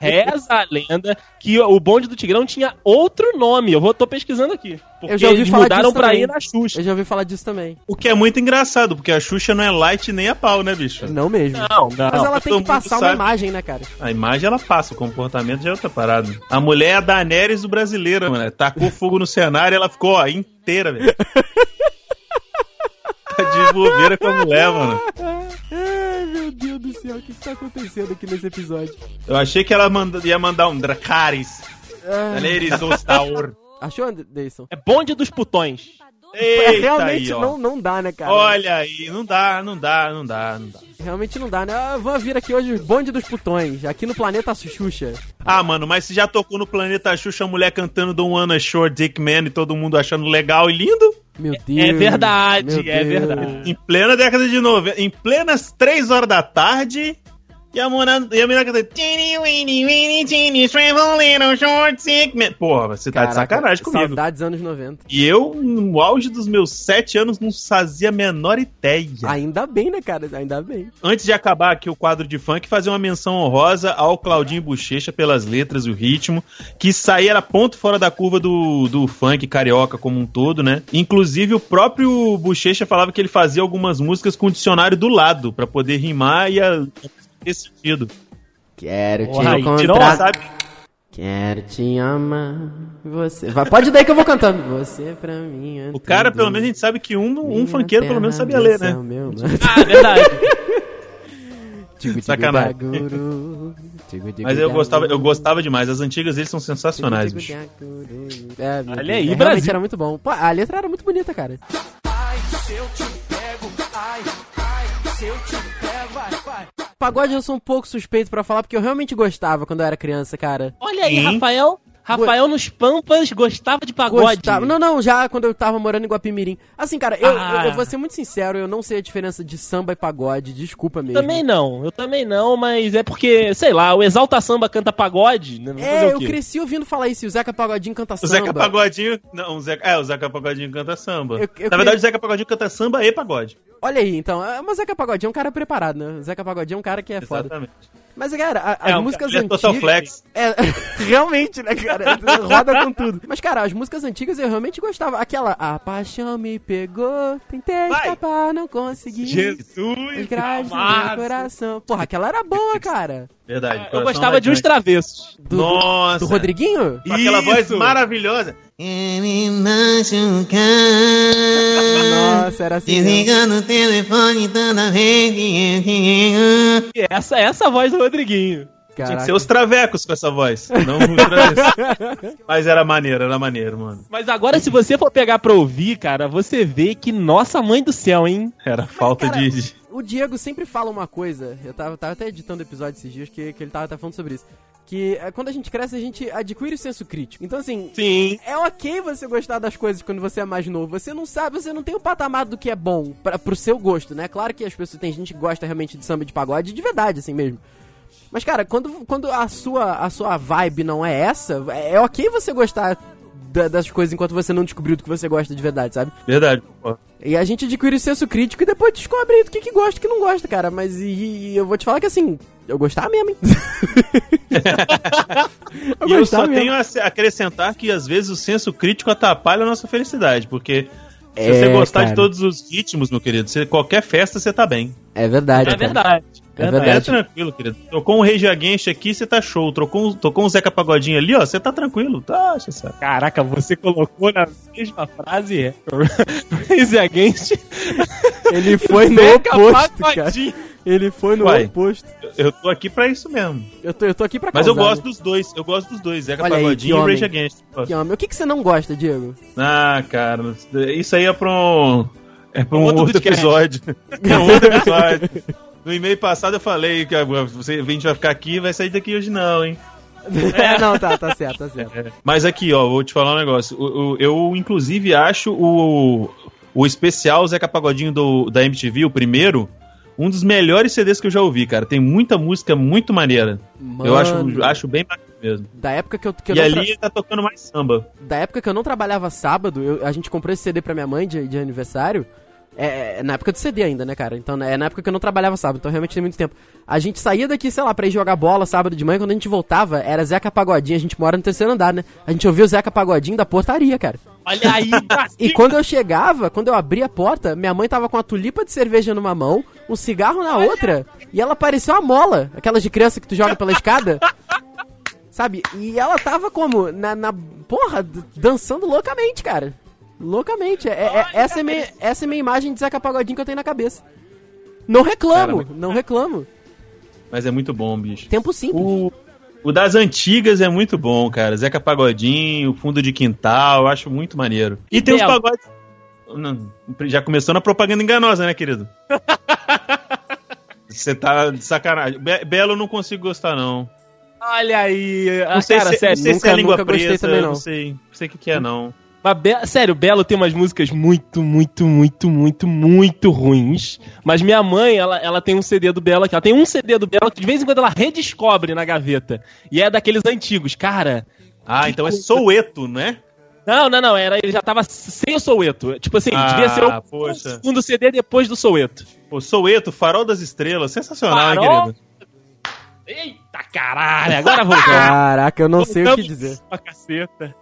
[SPEAKER 4] reza a lenda que o bonde do Tigrão tinha outro nome. Eu vou, tô pesquisando aqui. Porque
[SPEAKER 2] Eu já ouvi
[SPEAKER 4] eles
[SPEAKER 2] falar
[SPEAKER 4] mudaram
[SPEAKER 2] disso
[SPEAKER 4] pra
[SPEAKER 2] também.
[SPEAKER 4] ir na Xuxa.
[SPEAKER 2] Eu já ouvi falar disso também.
[SPEAKER 5] O que é muito engraçado, porque a Xuxa não é light nem a pau, né, bicho?
[SPEAKER 2] Não mesmo.
[SPEAKER 4] Não, não.
[SPEAKER 2] Mas ela
[SPEAKER 5] todo
[SPEAKER 2] tem que
[SPEAKER 5] mundo
[SPEAKER 2] passar uma
[SPEAKER 5] sabe.
[SPEAKER 2] imagem, né, cara?
[SPEAKER 5] A imagem ela passa, o comportamento já é outra parada. A mulher é a Daenerys do brasileiro, mano. Tacou fogo no cenário e ela ficou, ó, inteira, velho. tá de bobeira com a mulher, mano.
[SPEAKER 2] Ai, Ah, meu Deus do céu, o que está acontecendo aqui nesse episódio?
[SPEAKER 5] Eu achei que ela manda- ia mandar um Dracarys. Daenerys Ostaur.
[SPEAKER 2] Ah. Achou, Anderson?
[SPEAKER 4] É bonde dos putões.
[SPEAKER 5] Eita,
[SPEAKER 2] É, Realmente
[SPEAKER 5] aí, ó.
[SPEAKER 2] não, não dá, né, cara?
[SPEAKER 5] Olha aí, não dá, não dá, não dá, não dá.
[SPEAKER 2] Realmente não dá, né? Ah, Vamos vir aqui hoje, os bonde dos putões, aqui no planeta Xuxa.
[SPEAKER 5] Ah, mano, mas se já tocou no Planeta Xuxa a mulher cantando Don't Wanna Shore Dick Man e todo mundo achando legal e lindo?
[SPEAKER 2] Meu Deus.
[SPEAKER 4] É verdade,
[SPEAKER 2] meu
[SPEAKER 4] é
[SPEAKER 2] Deus.
[SPEAKER 4] verdade.
[SPEAKER 5] Em plena década de 90, em plenas 3 horas da tarde, e a, mona, e a menina cantando. "Teeny, weeny, weeny, teeny, shrivel, little short sick man." Porra, você tá de
[SPEAKER 2] Caraca,
[SPEAKER 5] sacanagem comigo.
[SPEAKER 2] Saudades anos 90.
[SPEAKER 5] E eu, no auge dos meus 7 anos, não fazia a menor ideia.
[SPEAKER 2] Ainda bem, né, cara? Ainda bem.
[SPEAKER 5] Antes de acabar aqui o quadro de funk, fazer uma menção honrosa ao Claudinho Bochecha pelas letras e o ritmo, que saía era ponto fora da curva do, do funk carioca como um todo, né? Inclusive o próprio Bochecha falava que ele fazia algumas músicas com o dicionário do lado, pra poder rimar e a... esse sentido.
[SPEAKER 2] Quero te
[SPEAKER 4] Uai,
[SPEAKER 5] A gente não
[SPEAKER 2] encontrar.
[SPEAKER 5] sabe
[SPEAKER 2] Quero te amar. Você. Vai, pode daí que eu vou cantando. Você pra mim. é
[SPEAKER 5] O cara,
[SPEAKER 2] tudo.
[SPEAKER 5] pelo menos, a gente sabe que um, um
[SPEAKER 2] Minha
[SPEAKER 5] funkeiro pelo menos
[SPEAKER 2] terra,
[SPEAKER 5] sabia ler,
[SPEAKER 2] meu
[SPEAKER 5] né?
[SPEAKER 2] céu, é meu mar.
[SPEAKER 4] Ah, verdade.
[SPEAKER 5] Sacanagem. Mas eu gostava, eu gostava demais. As antigas eles são sensacionais, bicho.
[SPEAKER 2] É, meu Deus,
[SPEAKER 4] Olha aí,
[SPEAKER 2] realmente
[SPEAKER 4] Brasil.
[SPEAKER 2] era muito bom. Pô, a letra era muito bonita, cara. Pagode eu sou um pouco suspeito pra falar, porque eu realmente gostava quando eu era criança, cara.
[SPEAKER 4] Olha aí,
[SPEAKER 5] Sim.
[SPEAKER 4] Rafael. Rafael nos Pampas gostava de pagode.
[SPEAKER 2] Gostava. Não, não, já quando eu tava morando em Guapimirim. Assim, cara, eu,
[SPEAKER 4] Ah.
[SPEAKER 2] eu, eu vou ser muito sincero, eu não sei a diferença de samba e pagode, desculpa mesmo.
[SPEAKER 4] Eu também não, eu também não, mas é porque, sei lá, o Exalta Samba canta pagode. Né? Vou fazer
[SPEAKER 2] É,
[SPEAKER 4] o
[SPEAKER 2] eu
[SPEAKER 4] quê?
[SPEAKER 2] cresci ouvindo falar isso, e o Zeca Pagodinho canta
[SPEAKER 5] O
[SPEAKER 2] samba.
[SPEAKER 5] Zeca Pagodinho. Não, o Zeca, é, o Zeca Pagodinho canta samba.
[SPEAKER 2] Eu- eu
[SPEAKER 5] Na
[SPEAKER 2] queria-
[SPEAKER 5] verdade, o Zeca Pagodinho canta samba e pagode.
[SPEAKER 2] Olha aí, então, é, mas o Zeca Pagodinho é um cara preparado, né? O Zeca Pagodinho é um cara que é foda.
[SPEAKER 5] Exatamente.
[SPEAKER 2] Mas, cara, a- as
[SPEAKER 4] É, um
[SPEAKER 2] músicas
[SPEAKER 5] Ele é
[SPEAKER 2] antigas...
[SPEAKER 5] Total Flex.
[SPEAKER 2] É, realmente, né, cara? Roda com tudo. Mas, cara, as músicas antigas eu realmente gostava. Aquela, a paixão me pegou, tentei
[SPEAKER 5] Vai.
[SPEAKER 2] escapar, não consegui. Os
[SPEAKER 5] Jesus!
[SPEAKER 2] grades do meu
[SPEAKER 5] amado.
[SPEAKER 2] coração. Porra, aquela era boa, cara.
[SPEAKER 5] Verdade.
[SPEAKER 4] Ah, Eu
[SPEAKER 5] coração
[SPEAKER 4] gostava de um uns
[SPEAKER 5] radiante.
[SPEAKER 4] travessos.
[SPEAKER 2] Do,
[SPEAKER 5] Nossa!
[SPEAKER 2] do Rodriguinho?
[SPEAKER 5] Com aquela
[SPEAKER 4] Isso.
[SPEAKER 5] voz maravilhosa.
[SPEAKER 2] Nossa, era assim. mesmo.
[SPEAKER 4] E Essa, essa é a voz do Rodriguinho.
[SPEAKER 5] Tinha que
[SPEAKER 2] Caraca.
[SPEAKER 5] ser os travecos com essa voz. Não o travesso. Mas era maneiro, era maneiro, mano.
[SPEAKER 4] Mas agora, se você for pegar pra ouvir, cara, você vê que, nossa mãe do céu, hein?
[SPEAKER 5] Era falta
[SPEAKER 2] cara,
[SPEAKER 5] de. de-
[SPEAKER 2] O Diego sempre fala uma coisa, eu tava, tava até editando episódio esses dias que, que ele tava até falando sobre isso. Que é, quando a gente cresce, a gente adquire o senso crítico. Então, assim,
[SPEAKER 4] Sim.
[SPEAKER 2] é ok você gostar das coisas quando você é mais novo. Você não sabe, você não tem o patamar do que é bom pra, pro seu gosto, né? Claro que as pessoas tem gente que gosta realmente de samba e de pagode de verdade, assim mesmo. Mas, cara, quando, quando a, sua, a sua vibe não é essa, é é ok você gostar da- das coisas enquanto você não descobriu do que você gosta de verdade, sabe?
[SPEAKER 5] Verdade. pô.
[SPEAKER 2] E a gente adquire o senso crítico e depois descobre do que, que gosta e o que não gosta, cara. Mas e, e eu vou te falar que assim, eu gostava mesmo, hein? eu
[SPEAKER 5] E eu só tenho a se- acrescentar que às vezes o senso crítico atrapalha a nossa felicidade, porque se
[SPEAKER 2] É,
[SPEAKER 5] você gostar
[SPEAKER 2] cara.
[SPEAKER 5] de todos os ritmos, meu querido, você- qualquer festa você tá bem.
[SPEAKER 2] É verdade,
[SPEAKER 4] É
[SPEAKER 2] cara.
[SPEAKER 4] verdade.
[SPEAKER 2] É
[SPEAKER 5] É
[SPEAKER 2] verdade.
[SPEAKER 5] tranquilo, querido. Tocou um Rage Against aqui, você tá show. Tocou um, tocou um Zeca Pagodinho ali, ó, você tá tranquilo. Tá, você sabe.
[SPEAKER 4] Caraca, você colocou na mesma frase Raise Against
[SPEAKER 2] Ele foi no
[SPEAKER 4] Zeca
[SPEAKER 2] oposto, cara.
[SPEAKER 4] Pagodinho.
[SPEAKER 2] Ele foi no
[SPEAKER 5] Uai.
[SPEAKER 2] oposto.
[SPEAKER 5] Eu tô aqui pra isso mesmo.
[SPEAKER 2] Eu tô, eu tô aqui pra
[SPEAKER 5] Mas eu
[SPEAKER 2] causar, né?
[SPEAKER 5] gosto dos dois. Eu gosto dos dois. Zeca
[SPEAKER 2] Tá Olha aí, que
[SPEAKER 5] Pagodinho e
[SPEAKER 2] homem.
[SPEAKER 5] Rage Against. the
[SPEAKER 2] né? Que
[SPEAKER 5] Machine.
[SPEAKER 2] homem. O que, que você não gosta, Diego?
[SPEAKER 5] Ah, cara. Isso aí é pra um... É pra um
[SPEAKER 3] Outro
[SPEAKER 5] outro,
[SPEAKER 3] podcast.
[SPEAKER 5] episódio. é um outro episódio. No e-mail passado eu falei que ah, você, a gente vai ficar aqui e vai sair daqui hoje não, hein?
[SPEAKER 2] É, não, tá, tá certo, tá certo.
[SPEAKER 5] Mas aqui, ó, vou te falar um negócio. O- o- eu, inclusive, acho o, o especial Zeca Pagodinho do, da MTV, o primeiro, um dos melhores CDs que eu já ouvi, cara. Tem muita música muito maneira.
[SPEAKER 2] Mano,
[SPEAKER 5] Eu acho, acho bem bacana mesmo.
[SPEAKER 2] Da época que eu, que eu
[SPEAKER 5] e
[SPEAKER 2] não
[SPEAKER 5] ali
[SPEAKER 2] tra-
[SPEAKER 5] ele tá tocando mais samba.
[SPEAKER 2] da época que eu não trabalhava sábado, eu- a gente comprou esse CD pra minha mãe de, de aniversário. É, é na época do CD ainda, né, cara? Então é na época que eu não trabalhava sábado, então realmente tem muito tempo. A gente saía daqui, sei lá, pra ir jogar bola sábado de manhã, quando a gente voltava, era Zeca Pagodinho, a gente mora no terceiro andar, né? A gente ouvia o Zeca Pagodinho da portaria, cara.
[SPEAKER 4] Olha aí,
[SPEAKER 2] E quando eu chegava, quando eu abri a porta, minha mãe tava com a tulipa de cerveja numa mão, um cigarro na outra, e ela parecia uma mola, aquelas de criança que tu joga pela escada. Sabe? E ela tava como? Na, na- porra, d- dançando loucamente, cara. Loucamente. É- é- essa, é minha, essa é minha imagem de Zeca Pagodinho que eu tenho na cabeça. Não reclamo,
[SPEAKER 5] Cara,
[SPEAKER 2] não reclamo.
[SPEAKER 5] Mas é muito bom, bicho.
[SPEAKER 2] Tempo simples.
[SPEAKER 5] O, o das antigas é muito bom, cara. Zeca Pagodinho, Fundo de Quintal, eu acho muito maneiro. E tem os
[SPEAKER 4] Belo.
[SPEAKER 5] pagodes. Não, já começou na propaganda enganosa, né, querido? Você tá de sacanagem. Be- Belo eu não consigo gostar, não.
[SPEAKER 4] olha aí. Ah,
[SPEAKER 5] não sei
[SPEAKER 4] cara,
[SPEAKER 5] se,
[SPEAKER 4] sério.
[SPEAKER 5] não sei se é
[SPEAKER 2] nunca-
[SPEAKER 5] língua
[SPEAKER 2] nunca gostei
[SPEAKER 5] presa,
[SPEAKER 2] também,
[SPEAKER 5] não.
[SPEAKER 2] não.
[SPEAKER 5] sei, não sei o que, que é, não.
[SPEAKER 4] Mas Be- sério, Belo tem umas músicas muito, muito, muito, muito, muito ruins. Mas minha mãe, ela, ela tem um CD do Belo aqui. Ela tem um CD do Belo que de vez em quando ela redescobre na gaveta. E é daqueles antigos. Cara,
[SPEAKER 5] Ah, então é Soueto, né?
[SPEAKER 4] não, não, não. Era, ele já tava sem o Soueto. Tipo assim,
[SPEAKER 5] Ah,
[SPEAKER 4] devia ser o
[SPEAKER 5] poxa.
[SPEAKER 4] segundo CD depois do Soueto.
[SPEAKER 5] Pô, Soueto, Farol das Estrelas, sensacional, né,
[SPEAKER 4] Farol-
[SPEAKER 5] querido?
[SPEAKER 4] Eita caralho, agora voltamos.
[SPEAKER 2] Caraca, eu não sei o que
[SPEAKER 4] Voltamos
[SPEAKER 2] dizer.
[SPEAKER 4] pra caceta.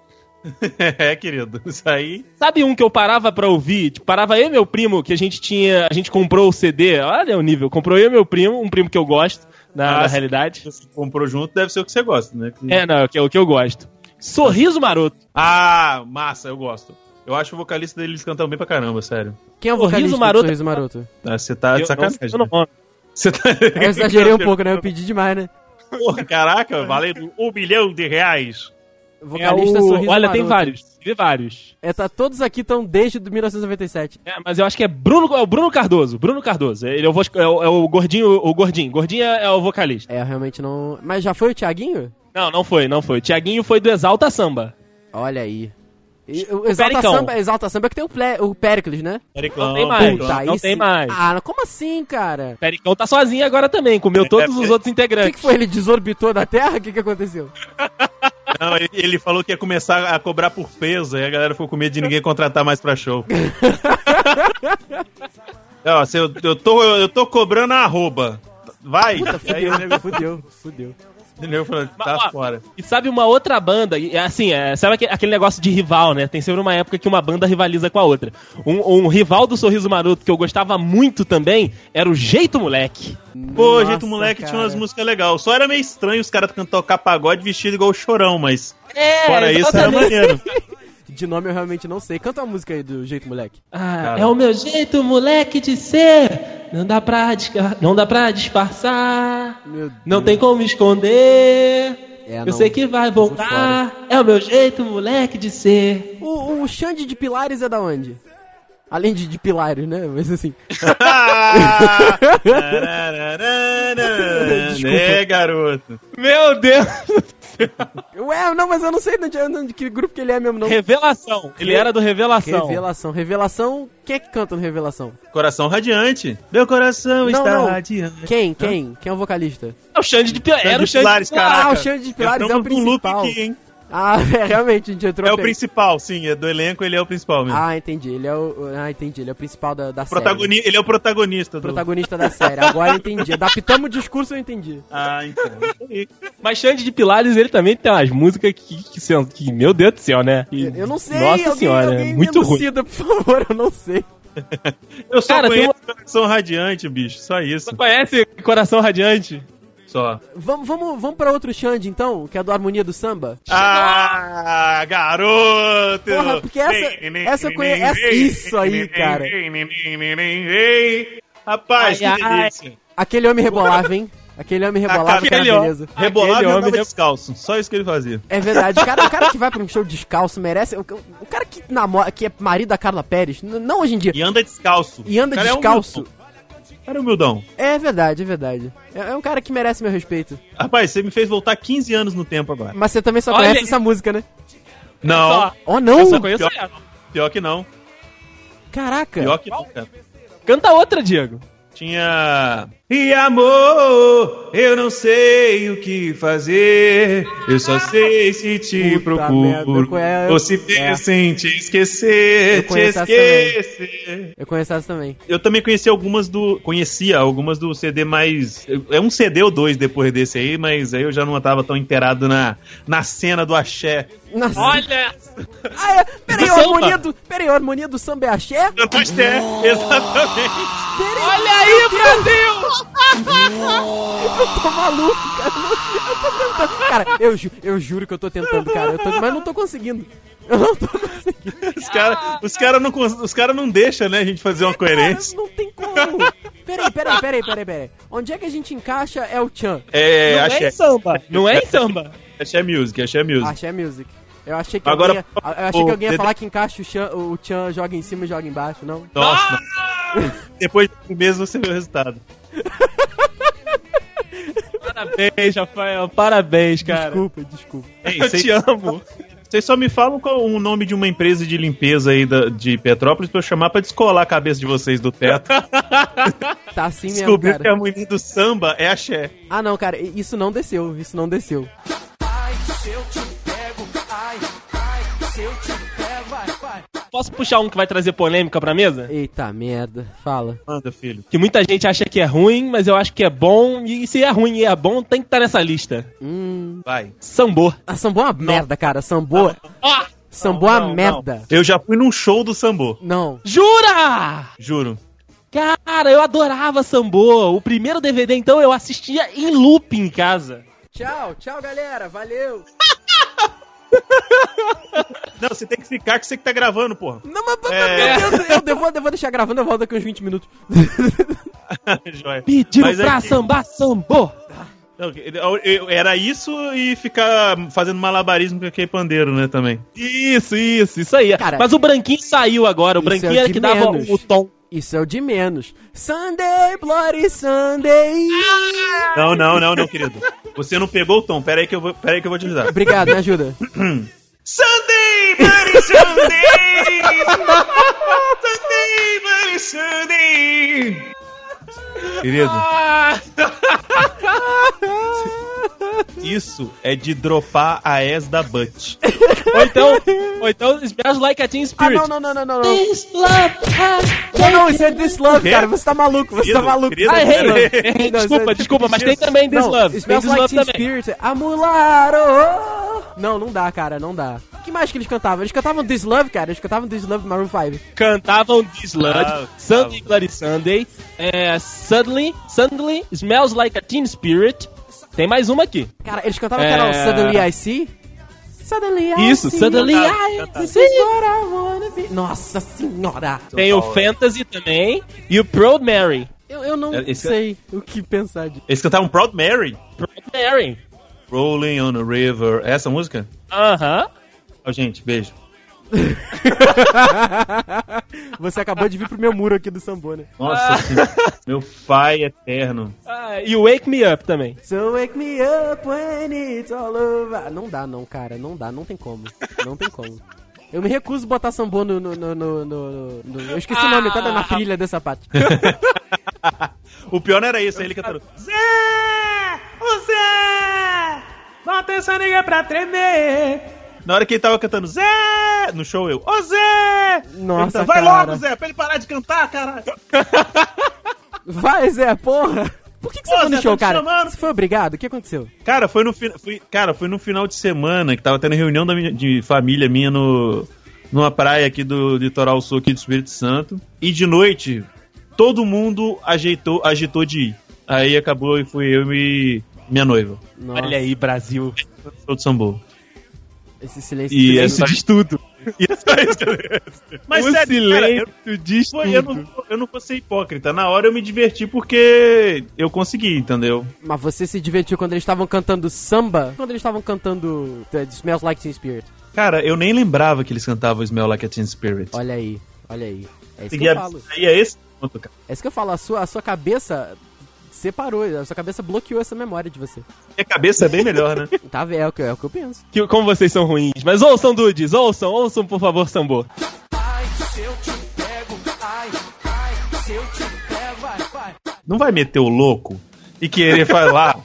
[SPEAKER 5] é, querido, isso aí.
[SPEAKER 4] Sabe um que eu parava pra ouvir? Tipo, parava eu e meu primo, que a gente tinha. A gente comprou o CD, olha o nível. Comprou eu e meu primo, um primo que eu gosto, na,
[SPEAKER 5] Ah,
[SPEAKER 4] na
[SPEAKER 5] sim.
[SPEAKER 4] realidade.
[SPEAKER 5] Você comprou junto, deve ser o que você gosta, né? Que-
[SPEAKER 4] É, não, que é o que eu gosto. Sorriso Maroto.
[SPEAKER 5] Ah, massa, eu gosto. Eu acho o vocalista deles cantando bem pra caramba, sério.
[SPEAKER 2] Quem é o
[SPEAKER 4] Sorriso
[SPEAKER 2] vocalista do
[SPEAKER 4] Maroto-
[SPEAKER 2] Sorriso Maroto?
[SPEAKER 5] Ah, Você tá de
[SPEAKER 4] eu
[SPEAKER 5] sacanagem.
[SPEAKER 4] não, sei o nome.
[SPEAKER 5] Você tá...
[SPEAKER 2] Eu exagerei um pouco, né? Eu pedi demais, né?
[SPEAKER 5] Porra, caraca, valendo um milhão de reais.
[SPEAKER 4] É
[SPEAKER 2] Vocalista
[SPEAKER 4] o... Olha,
[SPEAKER 2] Sorriso
[SPEAKER 4] tem
[SPEAKER 2] Maroto.
[SPEAKER 4] vários. Tem vários.
[SPEAKER 2] É, tá, todos aqui estão desde 1997.
[SPEAKER 4] É, mas eu acho que é Bruno, é o Bruno Cardoso. Bruno Cardoso. Ele é o, vos- é o- é o gordinho, o gordinho. Gordinho é, é o vocalista.
[SPEAKER 2] É, eu realmente não. Mas já foi o Thiaguinho?
[SPEAKER 4] Não, não foi, não foi. Tiaguinho foi do Exalta Samba.
[SPEAKER 2] Olha aí. E, o Exalta
[SPEAKER 4] Pericão.
[SPEAKER 2] Samba, Exalta Samba é que tem o, Ple- o Pericles, né?
[SPEAKER 5] Periclão,
[SPEAKER 4] Não tem mais.
[SPEAKER 5] Periclão.
[SPEAKER 4] então não tem mais.
[SPEAKER 2] Ah, como assim, cara?
[SPEAKER 4] Pericão tá sozinho agora também,
[SPEAKER 5] É,
[SPEAKER 4] comeu todos os outros
[SPEAKER 2] O que,
[SPEAKER 4] integrantes.
[SPEAKER 2] que foi? Ele desorbitou da Terra? O que, que aconteceu?
[SPEAKER 5] Não, ele, ele falou que ia começar a cobrar por peso, aí a galera ficou com medo de ninguém contratar mais pra show. Ó, se eu, eu tô, eu tô cobrando a arroba. Vai! Aí o nego-
[SPEAKER 2] fudeu, fudeu.
[SPEAKER 5] o nego falou,
[SPEAKER 4] Mas,
[SPEAKER 5] tá
[SPEAKER 4] ó,
[SPEAKER 5] fora.
[SPEAKER 4] E sabe uma outra banda, e, assim, é, sabe aque- aquele negócio de rival, né? Tem sempre uma época que uma banda rivaliza com a outra. Um, um rival do Sorriso Maroto que eu gostava muito também era o Jeito Moleque.
[SPEAKER 5] Pô,
[SPEAKER 2] Nossa,
[SPEAKER 5] jeito moleque tinha umas
[SPEAKER 2] cara.
[SPEAKER 5] músicas legais. Só era meio estranho os caras tocando tocar pagode vestido igual o chorão, mas
[SPEAKER 4] É,
[SPEAKER 5] fora isso era maneiro.
[SPEAKER 2] De nome eu realmente não sei. Canta uma música aí do Jeito Moleque.
[SPEAKER 4] Ah, é o meu jeito, moleque, de ser. Não dá pra, disca- não dá pra disfarçar.
[SPEAKER 2] Meu Deus.
[SPEAKER 4] Não tem como esconder.
[SPEAKER 2] É, não.
[SPEAKER 4] Eu sei que vai voltar. É o meu jeito, moleque, de ser.
[SPEAKER 2] O, o Xande de Pilares é da onde? Além de, de Pilares, né? Mas assim.
[SPEAKER 4] É.
[SPEAKER 5] né, garoto?
[SPEAKER 4] Meu Deus!
[SPEAKER 2] Ué, não, mas eu não sei de, onde- de que grupo que ele é mesmo, não.
[SPEAKER 4] Revelação. Ele era do Revelação.
[SPEAKER 5] Então.
[SPEAKER 2] Revelação. Revelação, quem é que canta no Revelação?
[SPEAKER 5] Coração radiante. Meu coração
[SPEAKER 2] Não,
[SPEAKER 5] está
[SPEAKER 2] não.
[SPEAKER 5] radiante.
[SPEAKER 2] Quem? Quem? Quem é o vocalista?
[SPEAKER 4] É o Xande de Pilares. Era o
[SPEAKER 5] de
[SPEAKER 4] Xande
[SPEAKER 5] Pilares,
[SPEAKER 4] de Pilares.
[SPEAKER 5] caraca.
[SPEAKER 2] Ah, o Xande de Pilares é o
[SPEAKER 5] Entramos num loop
[SPEAKER 2] principal.
[SPEAKER 5] aqui, hein?
[SPEAKER 2] Ah, é, realmente, a gente entrou
[SPEAKER 5] É o
[SPEAKER 2] pe-
[SPEAKER 5] principal, sim. É do elenco, ele é o principal mesmo.
[SPEAKER 2] Ah, entendi. Ele é o. Ah, entendi. Ele é o principal da, da série.
[SPEAKER 5] Protagoni... Ele é o protagonista. Do...
[SPEAKER 2] Protagonista da série. Agora eu entendi. Adaptamos o discurso, eu entendi.
[SPEAKER 5] Ah, então. isso aí.
[SPEAKER 4] Mas Xande de Pilares, ele também tem umas músicas que, que, são- que, meu Deus do céu, né? E-
[SPEAKER 2] Eu não sei,
[SPEAKER 4] Nossa
[SPEAKER 2] alguém,
[SPEAKER 4] senhora,
[SPEAKER 2] alguém
[SPEAKER 4] muito
[SPEAKER 2] me
[SPEAKER 4] ruim.
[SPEAKER 2] elucida, por favor, eu não sei.
[SPEAKER 5] Eu só
[SPEAKER 4] Cara, tem
[SPEAKER 5] conheço Coração Radiante, bicho. Só isso.
[SPEAKER 4] Você conhece Coração Radiante?
[SPEAKER 5] Só.
[SPEAKER 2] Vamos vamos, vamos pra outro Xande, então, que é do Harmonia do Samba.
[SPEAKER 5] Ah, garoto!
[SPEAKER 2] Porra, porque essa- essa eu conhe- essa- isso aí, cara.
[SPEAKER 5] Rapaz,
[SPEAKER 4] Ai,
[SPEAKER 5] que
[SPEAKER 4] ai.
[SPEAKER 5] delícia.
[SPEAKER 2] Aquele homem rebolava, hein? Aquele homem rebolava,
[SPEAKER 5] Aquele
[SPEAKER 2] cara,
[SPEAKER 5] ó-
[SPEAKER 2] beleza.
[SPEAKER 5] Rebolava e
[SPEAKER 4] Aquele
[SPEAKER 5] andava
[SPEAKER 2] né?
[SPEAKER 4] homem-
[SPEAKER 5] descalço. Só isso que ele fazia.
[SPEAKER 2] É verdade, cara, o cara que vai pra um show descalço merece. O, o cara que namora, que é marido da Carla Pérez, n- não hoje em dia,
[SPEAKER 5] E anda descalço.
[SPEAKER 2] e anda
[SPEAKER 5] O
[SPEAKER 4] um
[SPEAKER 5] cara é
[SPEAKER 2] descalço.
[SPEAKER 5] humildão. O cara é humildão.
[SPEAKER 2] É verdade, é verdade. É é um cara que merece meu respeito.
[SPEAKER 5] Rapaz, você me fez voltar 15 anos no tempo agora.
[SPEAKER 2] Mas você também só
[SPEAKER 4] Olha
[SPEAKER 2] conhece
[SPEAKER 4] aí.
[SPEAKER 2] essa música, né?
[SPEAKER 5] Não,
[SPEAKER 4] Só,
[SPEAKER 2] Oh,
[SPEAKER 4] eu
[SPEAKER 2] não!
[SPEAKER 4] só conheço
[SPEAKER 5] Uh, pior-
[SPEAKER 4] ela.
[SPEAKER 5] pior que não.
[SPEAKER 2] Caraca!
[SPEAKER 5] Pior que não, cara.
[SPEAKER 4] Canta outra, Diego.
[SPEAKER 5] Tinha. E amor, eu não sei o que fazer. Eu só sei se te
[SPEAKER 2] Puta merda,
[SPEAKER 5] procuro.
[SPEAKER 2] qual é?
[SPEAKER 5] Ou se pensa em te esquecer,
[SPEAKER 2] Eu
[SPEAKER 5] te
[SPEAKER 2] conheço essa também.
[SPEAKER 5] esquecer.
[SPEAKER 2] Eu conheço essa também.
[SPEAKER 5] Eu também conheci algumas do. Conhecia algumas do CD mais. É um CD ou dois depois desse aí, mas aí eu já não tava tão inteirado na, na cena do axé.
[SPEAKER 2] Nossa.
[SPEAKER 4] Olha!
[SPEAKER 2] Ah, é. Peraí, a
[SPEAKER 4] Samba.
[SPEAKER 2] harmonia do. Peraí, a harmonia do samba é axé?
[SPEAKER 5] Do axé, exatamente.
[SPEAKER 2] Peraí,
[SPEAKER 4] Olha aí, Brasil!
[SPEAKER 2] eu tô maluco, cara. Eu tô tentando. Cara, eu, ju- eu juro que eu tô tentando, cara. Eu tô- Mas não tô conseguindo. Eu não tô conseguindo.
[SPEAKER 5] Os caras os cara não, cons- os cara não deixam, né, a gente fazer uma
[SPEAKER 2] Cara,
[SPEAKER 5] coerência.
[SPEAKER 2] não tem como. Peraí, peraí, peraí, peraí, peraí. Onde é que a gente encaixa é o Chan?
[SPEAKER 5] É,
[SPEAKER 4] não
[SPEAKER 5] axé.
[SPEAKER 4] é em samba. Não é em samba.
[SPEAKER 5] Axé Music, Axé Music.
[SPEAKER 2] Axé Music. Eu achei que
[SPEAKER 5] Agora,
[SPEAKER 2] alguém ia, eu achei que
[SPEAKER 5] o
[SPEAKER 2] alguém ia
[SPEAKER 5] Dedé-
[SPEAKER 2] falar que encaixa o Chan, o Chan joga em cima e joga embaixo, não?
[SPEAKER 5] Nossa. Depois de um mês você vê o resultado.
[SPEAKER 4] Parabéns, Rafael. Parabéns, cara.
[SPEAKER 2] Desculpa, desculpa.
[SPEAKER 5] Ei,
[SPEAKER 4] Eu
[SPEAKER 5] cês-
[SPEAKER 4] te amo.
[SPEAKER 5] Vocês só me falam qual o nome de uma empresa de limpeza aí da- de Petrópolis pra eu chamar pra descolar a cabeça de vocês do teto.
[SPEAKER 2] Tá assim mesmo,
[SPEAKER 5] Descobrir que a
[SPEAKER 2] cara.
[SPEAKER 5] harmonia do samba é axé.
[SPEAKER 2] Ah, não, cara, isso não desceu, isso não desceu.
[SPEAKER 4] Posso puxar um que vai trazer polêmica pra mesa?
[SPEAKER 2] Eita merda, fala.
[SPEAKER 5] Manda, filho.
[SPEAKER 4] Que muita gente acha que é ruim, mas eu acho que é bom. E se é ruim e é bom, tem que estar nessa lista.
[SPEAKER 2] Hum.
[SPEAKER 5] Vai.
[SPEAKER 4] Sambô.
[SPEAKER 2] Ah, sambô é uma merda, cara. Sambô.
[SPEAKER 4] Ah,
[SPEAKER 2] Sambô é uma
[SPEAKER 5] Não, não.
[SPEAKER 2] merda.
[SPEAKER 5] Eu já fui num show do sambô,
[SPEAKER 2] Não.
[SPEAKER 4] jura!
[SPEAKER 5] juro.
[SPEAKER 4] Cara, eu adorava Sambô. O primeiro DVD, então, eu assistia em loop em casa.
[SPEAKER 2] Tchau, tchau, galera. Valeu.
[SPEAKER 5] Não, você tem que ficar que você que tá gravando, porra.
[SPEAKER 2] Não, mas, mas-
[SPEAKER 5] É.
[SPEAKER 2] meu Deus, eu devo, devo deixar gravando, eu volto daqui uns 20 minutos.
[SPEAKER 5] Joia.
[SPEAKER 4] Pediram
[SPEAKER 5] Mas é
[SPEAKER 4] pra
[SPEAKER 5] que-
[SPEAKER 4] sambar Sambô.
[SPEAKER 5] Não, eu- eu- Era isso e ficar fazendo malabarismo com aquele pandeiro, né, também.
[SPEAKER 4] Isso, isso, isso aí.
[SPEAKER 2] Cara,
[SPEAKER 4] Mas o branquinho saiu agora. O
[SPEAKER 2] isso é
[SPEAKER 4] branquinho
[SPEAKER 2] o
[SPEAKER 4] era
[SPEAKER 2] de
[SPEAKER 4] que dava
[SPEAKER 2] menos.
[SPEAKER 4] o tom.
[SPEAKER 2] Isso é o de menos. Sunday, Bloody Sunday.
[SPEAKER 5] Não, não, não, não, querido. Você não pegou o tom. Pera aí que eu vou, pera aí que eu vou te ajudar.
[SPEAKER 2] Obrigado, me ajuda.
[SPEAKER 5] Sunday, bloody Sunday! Sunday, bloody Sunday! Querido,
[SPEAKER 4] Ah!
[SPEAKER 5] isso é de dropar a S da Butt.
[SPEAKER 4] Ou então, ou então, Smells Like a Teen
[SPEAKER 2] Ah,
[SPEAKER 4] Spirit.
[SPEAKER 2] não, não, não, não, não. não. Não, não, isso é This Love,
[SPEAKER 5] Quê?
[SPEAKER 2] cara. Você tá maluco, você tá
[SPEAKER 5] Querido,
[SPEAKER 2] maluco.
[SPEAKER 5] querido,
[SPEAKER 2] Isso é
[SPEAKER 4] Ah,
[SPEAKER 2] This
[SPEAKER 4] errei,
[SPEAKER 2] Love.
[SPEAKER 4] errei, errei,
[SPEAKER 2] Não,
[SPEAKER 4] desculpa,
[SPEAKER 2] isso é-
[SPEAKER 4] desculpa, mas tem também This
[SPEAKER 2] Não, é
[SPEAKER 4] Love. Tem
[SPEAKER 2] Smells
[SPEAKER 4] This
[SPEAKER 2] Like
[SPEAKER 4] Love
[SPEAKER 2] Teen
[SPEAKER 4] também.
[SPEAKER 2] Spirit, Amularo. Não, não dá, cara, não dá. O que mais que eles cantavam? Eles cantavam This Love, cara. Eles cantavam This Love do Maroon 5.
[SPEAKER 4] Cantavam This Love,
[SPEAKER 5] Ah,
[SPEAKER 4] Sunday
[SPEAKER 2] tá.
[SPEAKER 4] Bloody Sunday, é, Suddenly, Suddenly, Smells Like a Teen Spirit. Tem mais uma aqui.
[SPEAKER 2] Cara, eles cantavam
[SPEAKER 4] É.
[SPEAKER 2] aquela Suddenly I See. Suddenly I
[SPEAKER 4] Isso,
[SPEAKER 2] See.
[SPEAKER 4] Suddenly
[SPEAKER 5] cantava,
[SPEAKER 4] I
[SPEAKER 5] cantava.
[SPEAKER 2] This is what I wanna be. Nossa senhora.
[SPEAKER 4] Tem o Fantasy também e o Proud Mary.
[SPEAKER 2] Eu, eu não
[SPEAKER 5] É, Esse-
[SPEAKER 2] sei o que pensar disso.
[SPEAKER 5] Eles cantaram Proud Mary.
[SPEAKER 4] Proud Mary.
[SPEAKER 5] Rolling on a River. É Essa música?
[SPEAKER 4] Aham.
[SPEAKER 5] Ó, gente, beijo.
[SPEAKER 2] Você acabou de vir pro meu muro aqui do Sambô, né?
[SPEAKER 5] Nossa, senhora. meu pai eterno.
[SPEAKER 4] Ah, e o Wake Me Up também.
[SPEAKER 2] So wake me up when it's all over. Ah, Não dá, não, cara. Não dá, não tem como. Não tem como. Eu me recuso a botar sambô no. no, no, no, no- no- Eu esqueci o nome, tá
[SPEAKER 5] Ah!
[SPEAKER 2] na trilha dessa parte.
[SPEAKER 5] O pior não era isso, aí ele cantou. Zé! Ô Zé! Bota essa nega pra tremer! Na hora que ele tava cantando Zé! No show eu, ô Zé!
[SPEAKER 2] Nossa,
[SPEAKER 5] Ele tá, Vai
[SPEAKER 2] cara.
[SPEAKER 5] logo, Zé, pra ele parar de cantar, caralho!
[SPEAKER 2] Vai, Zé, porra! Por que, que você
[SPEAKER 5] Ô,
[SPEAKER 2] foi no
[SPEAKER 5] Zé,
[SPEAKER 2] show,
[SPEAKER 5] tá me
[SPEAKER 2] cara?
[SPEAKER 5] chamando.
[SPEAKER 2] Você foi obrigado? O que aconteceu?
[SPEAKER 5] Cara, foi no, fin- fui- cara, foi no final de semana que tava tendo reunião da minha- de família minha no, numa praia aqui do litoral sul aqui do Espírito Santo. E de noite, todo mundo ajeitou, agitou de ir. Aí acabou e fui eu e minha noiva.
[SPEAKER 2] Nossa,
[SPEAKER 4] Olha aí, Brasil.
[SPEAKER 5] Sou de Sambo.
[SPEAKER 2] esse silêncio. tá
[SPEAKER 5] E
[SPEAKER 2] que-
[SPEAKER 5] essa
[SPEAKER 4] diz tudo.
[SPEAKER 5] E é só isso que eu- Mas
[SPEAKER 7] o
[SPEAKER 5] sério, cara, eu,
[SPEAKER 7] silêncio diz
[SPEAKER 5] foi- eu
[SPEAKER 7] tudo.
[SPEAKER 5] não, vou- eu não vou ser hipócrita. Na hora eu me diverti porque eu consegui, entendeu?
[SPEAKER 2] Mas você se divertiu quando eles estavam cantando samba? Quando eles estavam cantando eh, Smells Like Teen Spirit?
[SPEAKER 5] Cara, eu nem lembrava que eles cantavam Smell Like a Teen Spirit.
[SPEAKER 2] Olha aí, olha aí. É isso que
[SPEAKER 5] Consegui
[SPEAKER 2] eu falo.
[SPEAKER 5] abstrair a esse ponto, cara.
[SPEAKER 2] É isso que eu falo, a sua, a sua cabeça separou, a sua cabeça bloqueou essa memória de você.
[SPEAKER 5] Minha cabeça é bem melhor, né?
[SPEAKER 2] Tá, é o que, é o que eu penso.
[SPEAKER 4] Que, como vocês são ruins. Mas ouçam, dudes, ouçam, ouçam, por favor, Sambo.
[SPEAKER 5] Não vai meter o louco e querer falar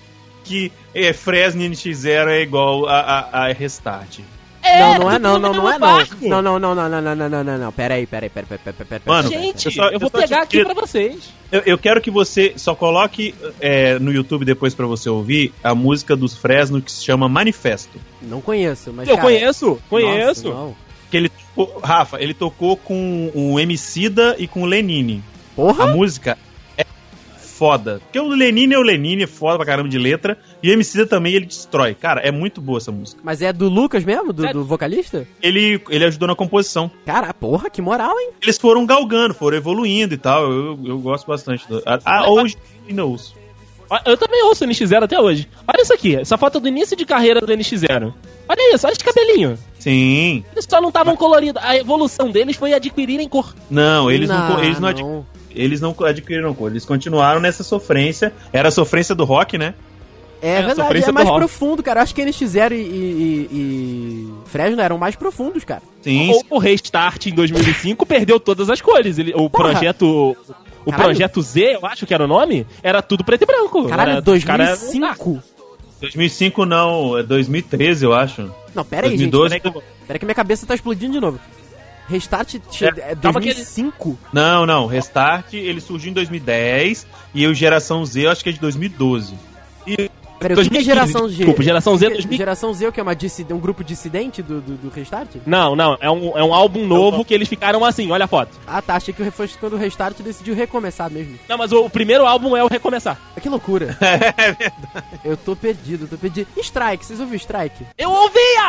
[SPEAKER 5] que é, Fresno NX0 é igual a, a, a Restart.
[SPEAKER 2] não, não é não, não, não é não.
[SPEAKER 4] barco.
[SPEAKER 2] Não, não, não, não, não, não, não, não, não, não. Pera aí, pera aí, pera aí, pera aí, pera aí, pera aí, pera aí.
[SPEAKER 5] Mano,
[SPEAKER 4] Gente,
[SPEAKER 5] eu só-
[SPEAKER 4] eu
[SPEAKER 5] eu
[SPEAKER 4] vou
[SPEAKER 5] só
[SPEAKER 4] pegar
[SPEAKER 5] te
[SPEAKER 4] aqui pra
[SPEAKER 5] queria-
[SPEAKER 4] vocês.
[SPEAKER 5] Eu, eu quero que você só coloque é, no YouTube depois pra você ouvir a música dos Fresno que se chama Manifesto.
[SPEAKER 2] Não conheço, mas
[SPEAKER 4] eu
[SPEAKER 2] cara,
[SPEAKER 4] conheço, conheço.
[SPEAKER 2] Nossa, não.
[SPEAKER 5] Que ele tocou- Rafa, ele tocou com o Emicida e com o Lenine. A
[SPEAKER 2] Porra!
[SPEAKER 5] música é foda. Porque o Lenine é o Lenine, é foda pra caramba de letra. E o Emicida também ele destrói. Cara, é muito boa essa música.
[SPEAKER 2] Mas é do Lucas mesmo, do,
[SPEAKER 4] Sério?
[SPEAKER 2] do vocalista?
[SPEAKER 5] Ele, ele ajudou na composição.
[SPEAKER 2] Cara, porra, que moral, hein?
[SPEAKER 5] Eles foram galgando, foram evoluindo e tal. Eu, eu gosto bastante. Do... Ah, ah, hoje eu ainda ouço.
[SPEAKER 4] Ó, Ah, Eu também ouço o NX0 até hoje. Olha isso aqui, essa foto do início de carreira do NX0. Olha isso, olha esse cabelinho.
[SPEAKER 5] Sim.
[SPEAKER 4] Eles só não estavam coloridos. A evolução deles foi adquirirem cor.
[SPEAKER 5] Não, eles não,
[SPEAKER 2] Nah,
[SPEAKER 5] eles não, adqu- eles não adquiriram cor, eles continuaram nessa sofrência. Era a sofrência do rock, né?
[SPEAKER 2] É, verdade,
[SPEAKER 4] sofrência
[SPEAKER 2] é
[SPEAKER 4] do
[SPEAKER 2] mais
[SPEAKER 4] rock.
[SPEAKER 2] profundo, cara. Eu acho que eles fizeram e, e, e- e Fresno eram mais profundos, cara.
[SPEAKER 5] Sim.
[SPEAKER 4] Ou o Restart em 2005 perdeu todas as cores. Ele- o
[SPEAKER 2] Porra.
[SPEAKER 4] projeto. O
[SPEAKER 2] Caralho.
[SPEAKER 4] projeto Z, eu acho que era o nome, era tudo preto e branco.
[SPEAKER 2] Caralho,
[SPEAKER 4] Era- cara-
[SPEAKER 2] 2005.
[SPEAKER 5] 2005 não, é 2013, eu acho.
[SPEAKER 2] Não, pera aí,
[SPEAKER 5] 2012.
[SPEAKER 2] gente. Pera que minha cabeça tá explodindo de novo. Restart te-
[SPEAKER 5] É,
[SPEAKER 2] é,
[SPEAKER 4] calma que ele-
[SPEAKER 2] 2005?
[SPEAKER 5] Não, não, Restart, ele surgiu em 2010 e o Geração Z eu acho que é de 2012.
[SPEAKER 2] Pera aí, o que que é
[SPEAKER 4] 2015,
[SPEAKER 2] geração Z?
[SPEAKER 4] Desculpa, geração Z
[SPEAKER 2] Que-
[SPEAKER 4] 2015.
[SPEAKER 2] Geração Z, o que é uma dissi- um grupo dissidente do, do, do Restart?
[SPEAKER 4] Não, não, é um, é um álbum novo que eles ficaram assim, olha a foto.
[SPEAKER 2] Ah, tá. Achei que foi quando o Restart decidiu recomeçar mesmo. Ah,
[SPEAKER 4] Não, mas o, o primeiro álbum é o Recomeçar.
[SPEAKER 2] Que loucura.
[SPEAKER 4] É
[SPEAKER 2] Eu tô perdido, eu tô perdido. Strike, vocês ouviram Strike?
[SPEAKER 4] Eu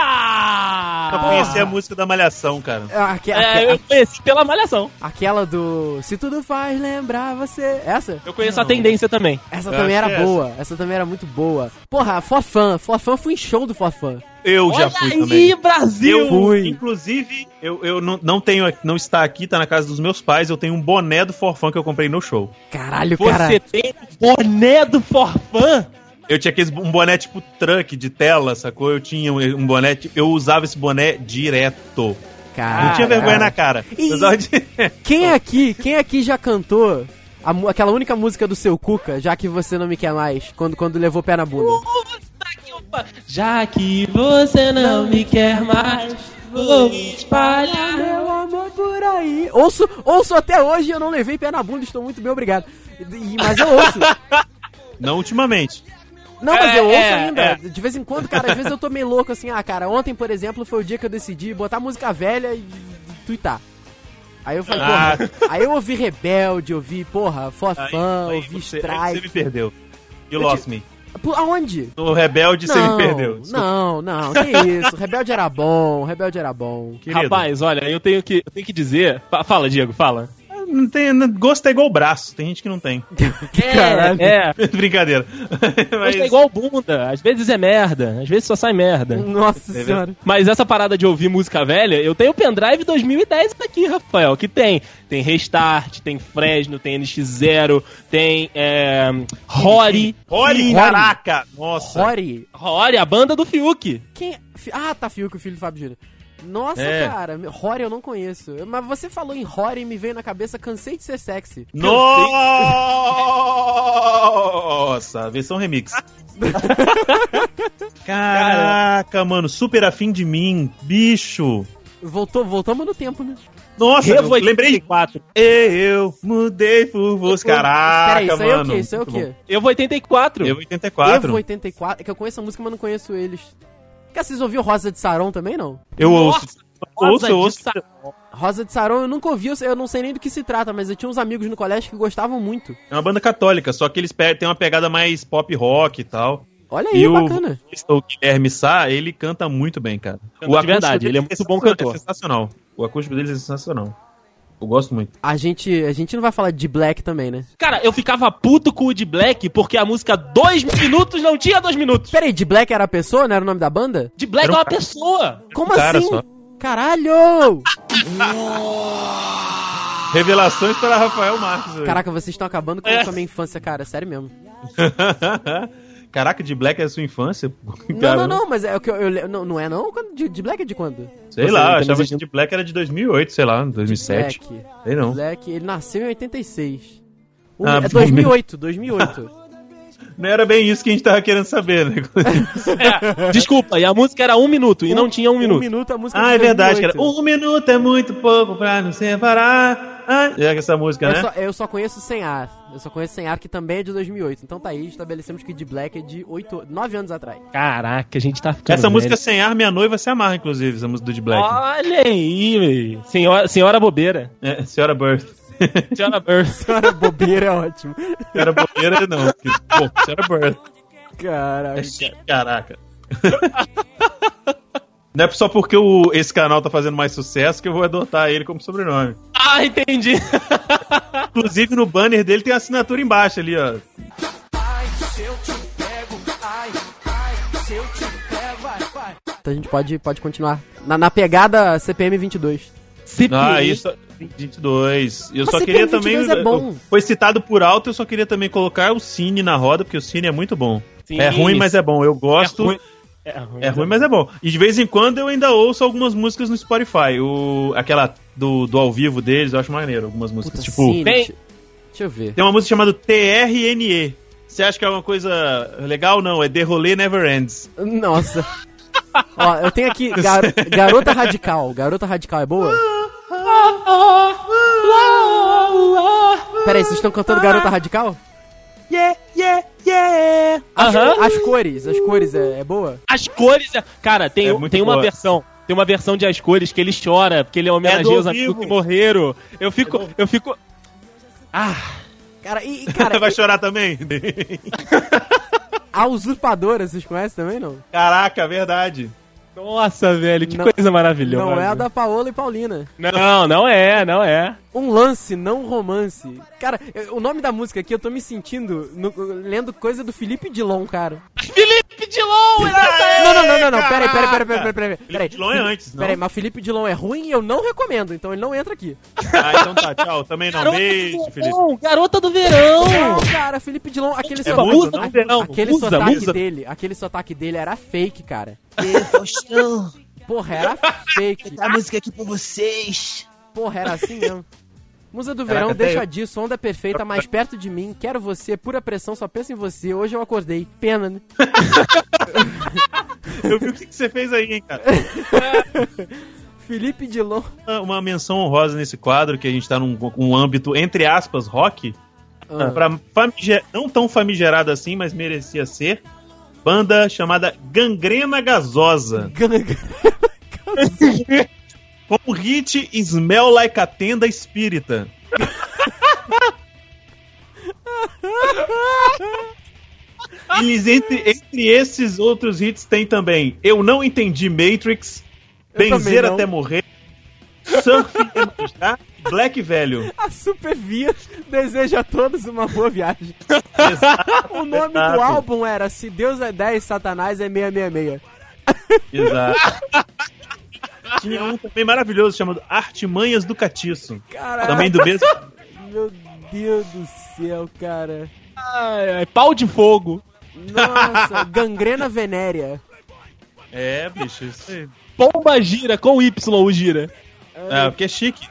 [SPEAKER 4] ouvia!
[SPEAKER 5] Eu conheci a música da Malhação, cara.
[SPEAKER 2] Ah, aque- aque-
[SPEAKER 4] É, eu conheci pela Malhação.
[SPEAKER 2] Aquela do Se tudo faz lembrar você. Essa?
[SPEAKER 4] Eu conheço a tendência também.
[SPEAKER 2] Essa
[SPEAKER 5] Eu
[SPEAKER 2] também
[SPEAKER 5] acho
[SPEAKER 2] era
[SPEAKER 5] que é
[SPEAKER 2] boa. Essa. também era muito boa. Porra, Forfã. Forfã fui em show do Forfã.
[SPEAKER 5] Eu já
[SPEAKER 4] olha
[SPEAKER 5] fui
[SPEAKER 4] aí,
[SPEAKER 5] também.
[SPEAKER 4] Brasil!
[SPEAKER 5] Eu
[SPEAKER 2] fui.
[SPEAKER 5] Inclusive, eu, eu não, não tenho, não está aqui, tá na casa dos meus pais. Eu tenho um boné do Forfã que eu comprei no show.
[SPEAKER 2] Caralho,
[SPEAKER 4] Você
[SPEAKER 2] cara.
[SPEAKER 4] tem boné do Forfã?
[SPEAKER 5] Eu tinha aqueles, um boné tipo truck de tela, sacou? Eu tinha um, um boné, tipo- eu usava esse boné direto.
[SPEAKER 2] Cara.
[SPEAKER 5] Não tinha vergonha na cara.
[SPEAKER 2] Ih.
[SPEAKER 5] Eu usava de-
[SPEAKER 2] Quem aqui, quem aqui já cantou a mu- aquela única música do seu Cuca, já que você não me quer mais, quando, quando levou o pé na bunda?
[SPEAKER 4] Puta que opa. Já que você não me quer mais, vou espalhar.
[SPEAKER 2] Meu amor por aí. Ouço, ouço até hoje e eu não levei pé na bunda, estou muito bem, obrigado. E- mas eu ouço.
[SPEAKER 5] Não ultimamente.
[SPEAKER 2] Não, mas eu ouço
[SPEAKER 4] É, é,
[SPEAKER 2] ainda.
[SPEAKER 4] é.
[SPEAKER 2] De vez em quando, cara, às vezes eu tô meio louco assim. Ah, cara, ontem, por exemplo, foi o dia que eu decidi botar música velha e tuitar. Aí eu falei,
[SPEAKER 5] Ah.
[SPEAKER 2] porra. Aí eu ouvi Rebelde, ouvi, porra, Fofã,
[SPEAKER 5] Aí
[SPEAKER 2] ouvi
[SPEAKER 5] você,
[SPEAKER 2] Strike.
[SPEAKER 5] Você me perdeu.
[SPEAKER 2] Eu
[SPEAKER 5] You lost
[SPEAKER 2] te-
[SPEAKER 5] me.
[SPEAKER 2] Pô, Aonde?
[SPEAKER 5] No Rebelde você me perdeu.
[SPEAKER 2] não, não, que isso. Rebelde era bom, Rebelde era bom.
[SPEAKER 5] Querido.
[SPEAKER 4] Rapaz, olha, eu tenho que, eu tenho que dizer. Fa- Fala, Diego, fala.
[SPEAKER 5] Não tem, não- gosto é igual braço, tem gente que não tem.
[SPEAKER 2] Caralho.
[SPEAKER 4] É, é.
[SPEAKER 5] Brincadeira.
[SPEAKER 4] Mas...
[SPEAKER 5] Mas
[SPEAKER 4] é igual bunda. Às vezes é merda, às vezes só sai merda.
[SPEAKER 2] Nossa senhora.
[SPEAKER 4] Mas essa parada de ouvir música velha, eu tenho o pendrive 2010 tá aqui, Rafael, que tem. Tem Restart, tem Fresno, tem NX0, tem é, Rory.
[SPEAKER 5] Rory, caraca! Nossa.
[SPEAKER 2] Rory?
[SPEAKER 4] Rory, a banda do Fiuk.
[SPEAKER 2] Quem. Fi- Ah, tá Fiuk, o filho do Fábio Júnior. Nossa,
[SPEAKER 5] É.
[SPEAKER 2] cara, Rory eu não conheço. Mas você falou em Rory e me veio na cabeça, cansei de ser sexy.
[SPEAKER 5] Nossa, versão remix. Caraca, mano, super afim de mim, bicho.
[SPEAKER 2] Voltou, voltamos no tempo, né?
[SPEAKER 5] Nossa, eu
[SPEAKER 4] Revo
[SPEAKER 5] lembrei.
[SPEAKER 4] 84.
[SPEAKER 5] Eu mudei por você. Caraca,
[SPEAKER 2] Peraí, isso aí é o
[SPEAKER 5] Ah, mano.
[SPEAKER 2] quê? Isso aí é o
[SPEAKER 5] Muito
[SPEAKER 2] quê?
[SPEAKER 4] Eu vou 84.
[SPEAKER 5] bom. Eu
[SPEAKER 2] Evo
[SPEAKER 5] 84.
[SPEAKER 2] 84. É que eu conheço a música, mas não conheço eles. Cara, vocês ouviram Rosa de Saron também, não?
[SPEAKER 5] Eu ouço.
[SPEAKER 4] Rosa
[SPEAKER 5] Ouço,
[SPEAKER 4] de
[SPEAKER 5] eu ouço.
[SPEAKER 4] Sa-
[SPEAKER 2] Rosa de Saron eu nunca ouvi, eu sei- eu não sei nem do que se trata, mas eu tinha uns amigos no colégio que gostavam muito.
[SPEAKER 5] É uma banda católica, só que eles pe- têm uma pegada mais pop rock e tal.
[SPEAKER 2] Olha aí,
[SPEAKER 5] E o,
[SPEAKER 2] bacana.
[SPEAKER 5] o Guilherme Sá, ele canta muito bem, cara.
[SPEAKER 4] Canta de verdade,
[SPEAKER 5] dele
[SPEAKER 4] ele é muito
[SPEAKER 5] sensacional-
[SPEAKER 4] bom cantor.
[SPEAKER 5] É sensacional. O acústico dele é sensacional. Eu gosto muito.
[SPEAKER 2] A gente, a gente não vai falar de Black também, né?
[SPEAKER 4] Cara, eu ficava puto com o de Black porque a música dois minutos não tinha dois minutos.
[SPEAKER 2] Pera aí, de Black era a pessoa, não era o nome da banda?
[SPEAKER 4] De Black
[SPEAKER 5] Era
[SPEAKER 4] é
[SPEAKER 5] um
[SPEAKER 4] uma
[SPEAKER 5] cara.
[SPEAKER 4] pessoa.
[SPEAKER 2] Como
[SPEAKER 5] cara
[SPEAKER 2] assim?
[SPEAKER 5] só.
[SPEAKER 2] Caralho!
[SPEAKER 5] Revelações para Rafael Marques. hoje.
[SPEAKER 2] Caraca, vocês estão acabando com,
[SPEAKER 5] É.
[SPEAKER 2] com a minha infância, cara. Sério mesmo.
[SPEAKER 5] Caraca, de Black é a sua infância?
[SPEAKER 2] Não,
[SPEAKER 5] Cara, né?
[SPEAKER 2] não, não, mas é o que eu, eu le- não, não é não? Quando- De, de Black é de quando?
[SPEAKER 5] Sei
[SPEAKER 4] Você
[SPEAKER 5] lá,
[SPEAKER 4] tá
[SPEAKER 5] eu achava que um
[SPEAKER 4] exigindo-
[SPEAKER 5] de Black era de 2008, sei lá, 2007.
[SPEAKER 2] Black.
[SPEAKER 5] Sei não.
[SPEAKER 2] Black, ele nasceu em 86. Um,
[SPEAKER 5] Ah,
[SPEAKER 2] é 2008, 2008.
[SPEAKER 5] Não era bem isso que a gente tava querendo saber, né?
[SPEAKER 4] É, desculpa, e a música era um minuto e não tinha um
[SPEAKER 2] Um
[SPEAKER 4] minuto.
[SPEAKER 2] minuto a música
[SPEAKER 5] ah,
[SPEAKER 2] de
[SPEAKER 5] é verdade,
[SPEAKER 2] 2008.
[SPEAKER 5] cara. Um minuto é muito pouco pra nos separar. Ah, é essa música, né?
[SPEAKER 2] Eu, só, eu só conheço Sem Ar. Eu só conheço Sem Ar, que também é de 2008. Então tá aí, estabelecemos que de Black é de 8, 9 anos atrás.
[SPEAKER 4] Caraca, a gente tá ficando.
[SPEAKER 5] Essa música é
[SPEAKER 4] velho.
[SPEAKER 5] sem ar, minha noiva se amarra, inclusive, essa música do de Black.
[SPEAKER 2] Ah.
[SPEAKER 4] Olha aí, velho. senhora, senhora bobeira.
[SPEAKER 5] É, senhora Birth.
[SPEAKER 4] Senhora Burst.
[SPEAKER 2] Cara, bobeira é ótimo.
[SPEAKER 5] senhora bobeira, não. filho. Pô, senhora Birth.
[SPEAKER 2] Caraca.
[SPEAKER 5] É che- Caraca. Não é só porque o, esse canal tá fazendo mais sucesso que eu vou adotar ele como sobrenome.
[SPEAKER 4] Ah, entendi.
[SPEAKER 5] Inclusive, no banner dele tem a assinatura embaixo ali, ó.
[SPEAKER 2] Então a gente pode, pode continuar. Na, na pegada CPM 22.
[SPEAKER 4] CPI.
[SPEAKER 5] Ah, isso. 22. Eu
[SPEAKER 2] Mas
[SPEAKER 5] só
[SPEAKER 2] CPM
[SPEAKER 5] queria também.
[SPEAKER 2] 22 é bom.
[SPEAKER 5] Foi citado por alto, eu só queria também colocar o Cine na roda, porque o Cine é muito bom.
[SPEAKER 4] Sim.
[SPEAKER 5] é ruim, mas é bom. Eu gosto.
[SPEAKER 4] É ruim, é ruim,
[SPEAKER 5] É ruim, mas é bom. E de vez em quando eu ainda ouço algumas músicas no Spotify. O, aquela do, do ao vivo deles, eu acho maneiro. Algumas músicas. tipo,
[SPEAKER 2] Cine,
[SPEAKER 4] tem-
[SPEAKER 2] deixa- Deixa eu ver.
[SPEAKER 5] tem uma música chamada TRNE. Você acha que é alguma coisa legal? Não, é The Rolê Never Ends.
[SPEAKER 2] Nossa. Ó, eu tenho aqui gar- Garota Radical. Garota Radical é boa? Peraí, vocês estão cantando Garota Radical?
[SPEAKER 5] Yeah, yeah, yeah.
[SPEAKER 2] As,
[SPEAKER 4] Aham.
[SPEAKER 2] as cores, as cores é, é boa?
[SPEAKER 4] As cores. é- Cara, tem,
[SPEAKER 5] É muito
[SPEAKER 4] tem uma
[SPEAKER 5] boa.
[SPEAKER 4] versão. Tem uma versão de As Cores que ele chora, porque ele homenageia
[SPEAKER 5] É do
[SPEAKER 4] os amigos
[SPEAKER 5] vivo.
[SPEAKER 4] que morreram. Eu fico. eu fico. Ah,
[SPEAKER 2] Cara, e, e, cara,
[SPEAKER 5] Vai chorar também?
[SPEAKER 2] a usurpadora, vocês conhecem também, não?
[SPEAKER 5] Caraca, é verdade.
[SPEAKER 4] nossa, velho, que
[SPEAKER 2] Não-
[SPEAKER 4] coisa maravilhosa.
[SPEAKER 2] não é a da Paola e Paulina.
[SPEAKER 4] Não, não é, não é.
[SPEAKER 2] Um lance, não romance. Cara, eu- o nome da música aqui eu tô me sentindo no- lendo coisa do Felipe Dilon, cara.
[SPEAKER 4] Felipe Dilon! exatamente.
[SPEAKER 2] Não, não, não, não, não. Peraí, peraí, peraí, peraí, peraí, peraí. peraí.
[SPEAKER 5] Dilon é antes, não?
[SPEAKER 2] Peraí, mas o Felipe Dilon é ruim e eu não recomendo, então ele não entra aqui.
[SPEAKER 5] Ah, então tá, tchau. Também não.
[SPEAKER 4] Garota
[SPEAKER 5] Beijo,
[SPEAKER 4] do
[SPEAKER 5] Felipe.
[SPEAKER 4] verão, garota do verão!
[SPEAKER 2] Não, cara, Felipe Dilon, aquele
[SPEAKER 5] É
[SPEAKER 2] seu
[SPEAKER 5] muito,
[SPEAKER 2] ataque, aque-
[SPEAKER 5] não?
[SPEAKER 4] Não,
[SPEAKER 2] aquele
[SPEAKER 4] usa,
[SPEAKER 2] sotaque
[SPEAKER 4] usa.
[SPEAKER 2] dele, aquele sotaque dele era fake, cara. Porra, era fake.
[SPEAKER 7] a música aqui pra vocês.
[SPEAKER 2] Porra, era assim mesmo. Musa do
[SPEAKER 5] Caraca,
[SPEAKER 2] verão,
[SPEAKER 5] até
[SPEAKER 2] deixa
[SPEAKER 5] eu-
[SPEAKER 2] disso, onda perfeita, mais perto de mim, quero você, pura pressão, só penso em você, hoje eu acordei. Pena, né?
[SPEAKER 5] Eu vi o que que você fez aí, hein, cara.
[SPEAKER 2] Felipe Dilon.
[SPEAKER 5] uma- uma menção honrosa nesse quadro, que a gente tá num um âmbito, entre aspas, rock,
[SPEAKER 2] Ah.
[SPEAKER 5] pra famige- não tão famigerado assim, mas merecia ser, banda chamada Gangrena Gasosa, com o hit Smell Like a Tenda Espírita. Eles, entre, entre esses outros hits tem também Eu Não Entendi Matrix,
[SPEAKER 2] Eu também
[SPEAKER 5] Benzer
[SPEAKER 2] não.
[SPEAKER 5] Até Morrer, Surf Emanjá e Black Velho.
[SPEAKER 2] A Supervia deseja a todos uma boa viagem. o nome do
[SPEAKER 5] exato.
[SPEAKER 2] álbum era Se Deus é 10, Satanás é 666.
[SPEAKER 5] Exato. Tinha um também maravilhoso chamado Artimanhas do Catiço.
[SPEAKER 2] Caralho,
[SPEAKER 5] Também do mesmo.
[SPEAKER 2] meu Deus do céu, cara.
[SPEAKER 4] Ai, ai, pau de fogo.
[SPEAKER 2] Nossa, gangrena venérea.
[SPEAKER 5] É, bicho. Isso aí.
[SPEAKER 4] Pomba gira com Y o gira.
[SPEAKER 5] É, porque é chique.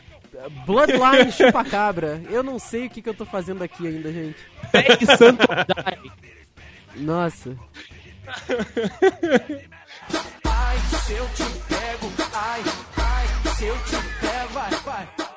[SPEAKER 2] Bloodline chupacabra. Eu não sei o que, que eu tô fazendo aqui ainda, gente.
[SPEAKER 4] Pegue Santo Dai.
[SPEAKER 2] Nossa.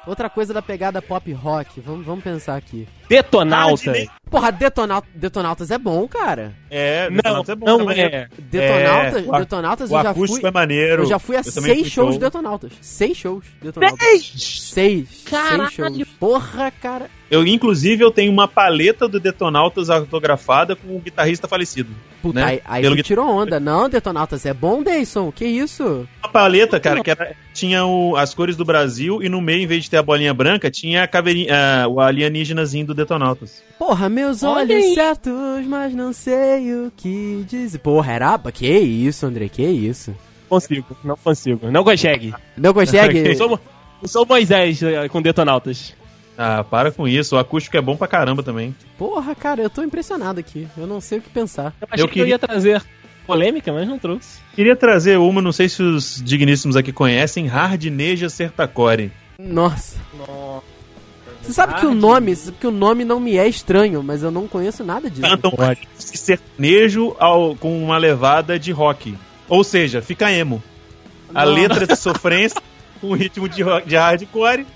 [SPEAKER 2] Outra coisa da pegada pop rock, vamos, vamos pensar aqui.
[SPEAKER 4] Detonautas.
[SPEAKER 5] Tarde, né?
[SPEAKER 2] Porra, Detonau- Detonautas é bom, cara.
[SPEAKER 5] É,
[SPEAKER 4] Não,
[SPEAKER 5] Detonautas é bom,
[SPEAKER 4] não
[SPEAKER 5] tá maneiro.
[SPEAKER 4] é.
[SPEAKER 2] Detonautas,
[SPEAKER 5] É, o a-
[SPEAKER 2] Detonautas
[SPEAKER 5] O
[SPEAKER 2] eu já fui.
[SPEAKER 5] acústico é maneiro.
[SPEAKER 2] Eu já fui a
[SPEAKER 5] Eu também
[SPEAKER 2] seis
[SPEAKER 5] fui
[SPEAKER 2] shows
[SPEAKER 5] show.
[SPEAKER 2] de Detonautas. Seis shows de Detonautas. Seis.
[SPEAKER 4] Caralho.
[SPEAKER 2] Seis shows. Porra, cara.
[SPEAKER 5] Eu, inclusive, eu tenho uma paleta do Detonautas autografada com o guitarrista falecido.
[SPEAKER 2] Puta,
[SPEAKER 5] Né?
[SPEAKER 2] aí, aí
[SPEAKER 5] Pelo
[SPEAKER 2] tu
[SPEAKER 5] que-
[SPEAKER 2] tirou onda. Não, Detonautas é bom, Dayson. Que isso?
[SPEAKER 5] Uma paleta, cara, que era- tinha o- as cores do Brasil e no meio, em vez de ter a bolinha branca, tinha a caveirinha, ah, o alienígenazinho do Detonautas.
[SPEAKER 2] Porra, meus
[SPEAKER 4] Olha
[SPEAKER 2] olhos
[SPEAKER 4] aí.
[SPEAKER 2] certos, mas não sei o que dizer. Porra, era... Que isso, André, que isso.
[SPEAKER 4] Não consigo, não consigo. Não consegue.
[SPEAKER 2] Não
[SPEAKER 4] Eu
[SPEAKER 2] consegue?
[SPEAKER 4] sou, Mo- eu sou Moisés eh, com detonautas.
[SPEAKER 5] Ah, para com isso. O acústico é bom pra caramba também.
[SPEAKER 2] Porra, cara, eu tô impressionado aqui. Eu não sei o que pensar.
[SPEAKER 4] Eu achei
[SPEAKER 5] Eu
[SPEAKER 4] que eu
[SPEAKER 5] queria-
[SPEAKER 4] ia trazer polêmica, mas não trouxe.
[SPEAKER 5] Queria trazer uma, não sei se os digníssimos aqui conhecem, Hardineja Sertacore.
[SPEAKER 2] Nossa. Você sabe que o nome, você sabe que o nome não me é estranho, mas eu não conheço nada disso.
[SPEAKER 5] Cantam esse sertanejo ao- com uma levada de rock. Ou seja, fica emo. A
[SPEAKER 2] Não.
[SPEAKER 5] letra de sofrência, um ritmo de, rock, de hardcore.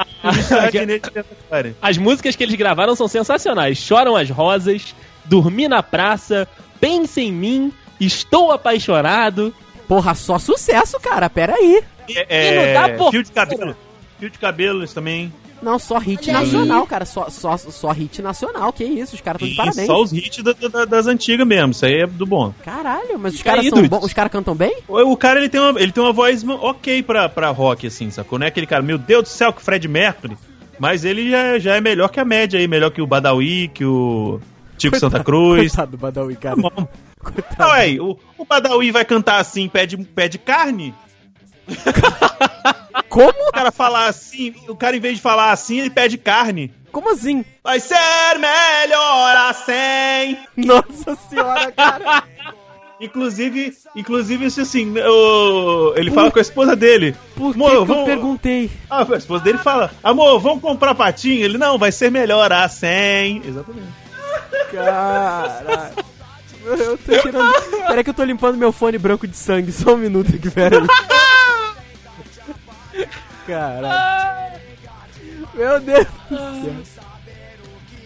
[SPEAKER 5] e Hardineja Sertacore.
[SPEAKER 4] As músicas que eles gravaram são sensacionais. Choram as rosas, Dormi na praça, Pensa em mim, Estou apaixonado.
[SPEAKER 2] Porra, só sucesso, cara. Pera aí.
[SPEAKER 5] É,
[SPEAKER 4] não dá porra.
[SPEAKER 5] fio de cabelo. Fio de cabelos também.
[SPEAKER 2] Não, só hit nacional, cara. Só, só, só hit nacional. Que isso, os caras estão de
[SPEAKER 5] Sim,
[SPEAKER 2] parabéns.
[SPEAKER 5] só os hits da- da- das antigas mesmo. Isso aí é do bom.
[SPEAKER 2] Caralho, mas os
[SPEAKER 4] E
[SPEAKER 2] caras
[SPEAKER 4] aí,
[SPEAKER 2] são
[SPEAKER 4] dudes?
[SPEAKER 2] bons. Os caras cantam bem?
[SPEAKER 5] O o cara, ele tem uma, ele tem uma voz ok pra, pra rock, assim, sacou? Não é aquele cara, meu Deus do céu, que Fred Mercury. Mas ele já, já é melhor que a média aí, melhor que o Badawi, que o Tico Santa Cruz.
[SPEAKER 2] Coitado do Badawi, cara.
[SPEAKER 5] Não,
[SPEAKER 2] Tá
[SPEAKER 5] aí, o, o Badawi vai cantar assim, pé de, pé de carne?
[SPEAKER 2] Como?
[SPEAKER 5] O cara falar assim, o cara em vez de falar assim, ele pede carne.
[SPEAKER 2] Como assim?
[SPEAKER 5] Vai ser melhor assim.
[SPEAKER 2] Nossa senhora, cara.
[SPEAKER 5] Inclusive, inclusive isso assim, o- ele fala com a esposa dele.
[SPEAKER 2] Por que,
[SPEAKER 5] Mo,
[SPEAKER 2] que eu
[SPEAKER 5] vamos-
[SPEAKER 2] perguntei?
[SPEAKER 5] Ah, a esposa dele fala, amor, vamos comprar patinho? Ele, não, vai ser melhor a 100. Exatamente.
[SPEAKER 2] Caralho. Eu tô tirando. Peraí que eu tô limpando meu fone branco de sangue. Só um minuto aqui, peraí. Caralho. Meu Deus do céu.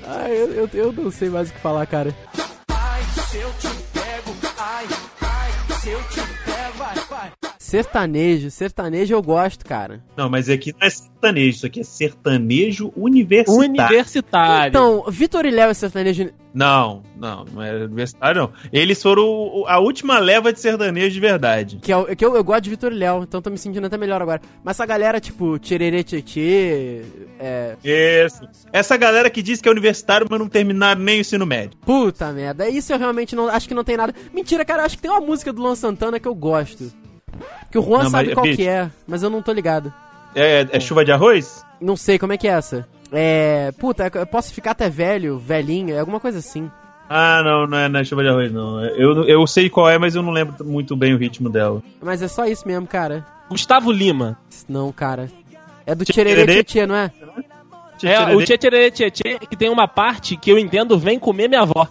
[SPEAKER 2] Ai, eu, eu, eu não sei mais o que falar, cara. Sertanejo, sertanejo eu gosto, cara.
[SPEAKER 5] Não, mas aqui não é sertanejo, isso aqui é sertanejo universitário.
[SPEAKER 4] Universitário.
[SPEAKER 2] Então, Vitor e Léo é sertanejo.
[SPEAKER 5] Não, não, não é universitário, não. Eles foram o- o- a última leva de sertanejo de verdade.
[SPEAKER 2] Que, é o- que eu, eu gosto de Vitor e Léo, então tô me sentindo até melhor agora. Mas essa galera, tipo, Tirerê Tietê, é.
[SPEAKER 5] Isso. Essa galera que diz que é universitário, mas não terminaram nem o ensino médio.
[SPEAKER 2] Puta merda, isso eu realmente não. Acho que não tem nada. Mentira, cara, eu acho que tem uma música do Luan Santana que eu gosto. Que o Juan
[SPEAKER 5] Não,
[SPEAKER 2] sabe
[SPEAKER 5] mas,
[SPEAKER 2] qual
[SPEAKER 5] bicho.
[SPEAKER 2] que é, mas eu não tô ligado.
[SPEAKER 5] É, é chuva de arroz?
[SPEAKER 2] Não sei como é que é essa. É. Puta, eu posso ficar até velho, velhinho, é alguma coisa assim.
[SPEAKER 5] Ah, não, não é, não é chuva de arroz, não. Eu, eu sei qual é, mas eu não lembro muito bem o ritmo dela.
[SPEAKER 2] Mas é só isso mesmo, cara.
[SPEAKER 4] Gustavo Lima.
[SPEAKER 2] Não, cara. É do
[SPEAKER 5] Tchererê?
[SPEAKER 2] Tirerê Tietê, não é?
[SPEAKER 4] É, o Tchê Tchê Tchê que tem uma parte que eu entendo vem comer minha avó.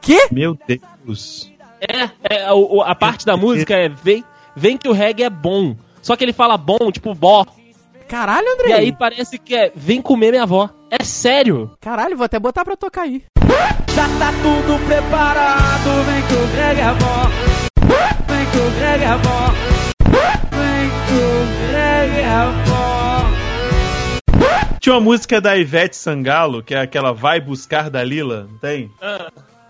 [SPEAKER 2] Quê?
[SPEAKER 5] Meu Deus.
[SPEAKER 4] É, é, o- o- a parte da música é vem, vem que o reggae é bom. Só que ele fala bom, tipo bó.
[SPEAKER 2] Caralho, André.
[SPEAKER 4] E aí parece que é vem comer minha avó. É sério.
[SPEAKER 2] Caralho, vou até botar pra tocar aí.
[SPEAKER 6] Já tá tudo preparado, vem com o Greg Avó. Vem com o Greg Avó. Vem com o Greg é Avó.
[SPEAKER 5] Tinha uma música da Ivete Sangalo, que é aquela Vai Buscar da Lila, não tem?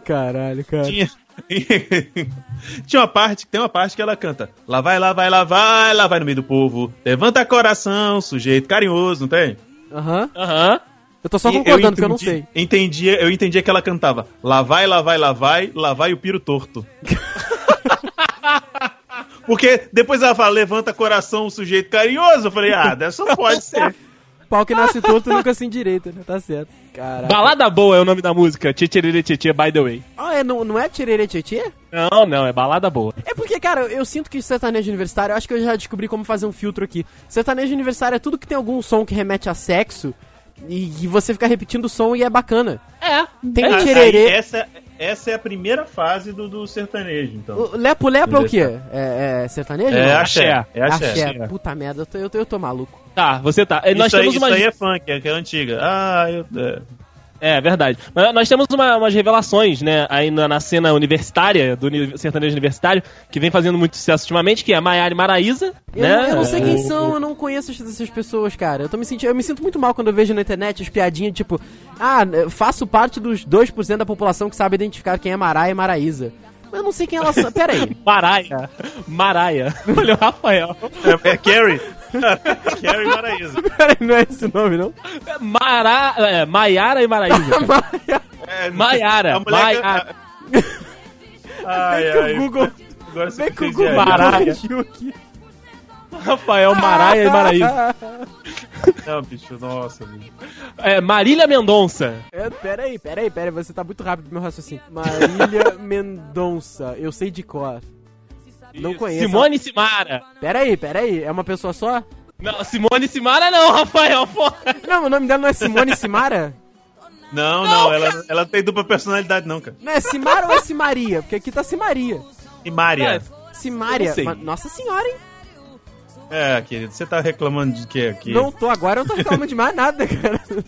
[SPEAKER 2] Caralho, cara.
[SPEAKER 5] Tinha. Tinha uma parte, tem uma parte que ela canta. Lá vai, lá vai, lá vai, lá vai no meio do povo. Levanta coração, sujeito carinhoso, não tem?
[SPEAKER 2] Aham.
[SPEAKER 4] Aham.
[SPEAKER 2] Eu tô só
[SPEAKER 5] E
[SPEAKER 2] Tá concordando, porque eu não sei.
[SPEAKER 5] entendi- Entendi, eu entendi que ela cantava. Lá vai, lá vai, lá vai, lá vai o piro torto. Porque depois ela fala, levanta coração, sujeito carinhoso. Eu falei, ah, dessa pode ser.
[SPEAKER 2] Pau que nasce torto nunca se endireita, né? Tá certo. Caralho.
[SPEAKER 4] Balada Boa é o nome da música. Tchê Tchê by the way.
[SPEAKER 2] Ah, é, não, não é Tirerê Tietê?
[SPEAKER 4] Não, não, é Balada Boa.
[SPEAKER 2] É porque, cara, eu sinto que sertanejo universitário, eu acho que eu já descobri como fazer um filtro aqui. Sertanejo universitário é tudo que tem algum som que remete a sexo e, e você fica repetindo o som e é bacana.
[SPEAKER 4] É.
[SPEAKER 2] Tem
[SPEAKER 5] Ah, aí,
[SPEAKER 2] Tirerê.
[SPEAKER 5] essa, essa é a primeira fase do, do sertanejo, então.
[SPEAKER 2] O Lepo Lepo é o quê? É, é sertanejo?
[SPEAKER 5] É
[SPEAKER 2] Não.
[SPEAKER 5] axé. É axé.
[SPEAKER 2] Axé. Puta merda, eu tô, eu tô, eu tô maluco.
[SPEAKER 4] Tá, você tá. É, Nós
[SPEAKER 5] isso
[SPEAKER 4] temos
[SPEAKER 5] aí,
[SPEAKER 4] uma.
[SPEAKER 5] isso aí é funk, é aquela antiga. Ah, eu. é.
[SPEAKER 4] É, verdade. Mas nós temos uma- umas revelações, né, aí na, na cena universitária, do uni- sertanejo universitário, que vem fazendo muito sucesso ultimamente, que é a Maiara e Maraísa,
[SPEAKER 2] Eu,
[SPEAKER 4] né?
[SPEAKER 2] não- eu não sei
[SPEAKER 5] É.
[SPEAKER 2] quem são, eu não conheço essas- essas pessoas, cara. Eu, tô me sentindo, eu me sinto muito mal quando eu vejo na internet as piadinhas, tipo... Ah, eu faço parte dos 2% da população que sabe identificar quem é Maraia e Maraísa. Mas eu não sei quem elas são. Pera aí.
[SPEAKER 4] Maraia. Maraia. Olha o Rafael.
[SPEAKER 5] É, é Carrie. Carrie Maraísa.
[SPEAKER 2] Pera aí, não é esse nome, não?
[SPEAKER 4] É Mara... É, Maiara e Maraísa.
[SPEAKER 5] É,
[SPEAKER 4] Maiara,
[SPEAKER 5] a mulher- tá-
[SPEAKER 4] Maiara.
[SPEAKER 5] Ai,
[SPEAKER 2] Vem que
[SPEAKER 5] ai,
[SPEAKER 2] o Google...
[SPEAKER 5] agora você
[SPEAKER 2] Vem que o
[SPEAKER 5] fez
[SPEAKER 2] Google
[SPEAKER 5] aí.
[SPEAKER 4] Maraia.
[SPEAKER 2] corrigiu aqui.
[SPEAKER 4] Rafael Maraia e Maraísa.
[SPEAKER 5] Não, bicho, nossa. bicho.
[SPEAKER 4] É, Marília Mendonça.
[SPEAKER 2] É, pera aí, pera aí, pera aí. Você tá muito rápido pro meu raciocínio. Marília Mendonça. Eu sei de cor. Não conheço.
[SPEAKER 4] Simone Simara.
[SPEAKER 2] Pera aí, pera aí. É uma pessoa só?
[SPEAKER 4] Não, Simone Simara não, Rafael, porra.
[SPEAKER 2] Não, o nome dela não é Simone Simara?
[SPEAKER 5] Não, não, ela, ela não tem dupla personalidade, não, cara.
[SPEAKER 2] Não é Simara ou é Simaria? Porque aqui tá Simaria.
[SPEAKER 5] E Maria.
[SPEAKER 4] Eu
[SPEAKER 2] Simária.
[SPEAKER 4] não sei.
[SPEAKER 5] assim?
[SPEAKER 2] Mas, nossa senhora, hein?
[SPEAKER 5] É, querido, você tá reclamando de quê aqui?
[SPEAKER 2] Não tô agora, eu não tô reclamando de mais nada, cara.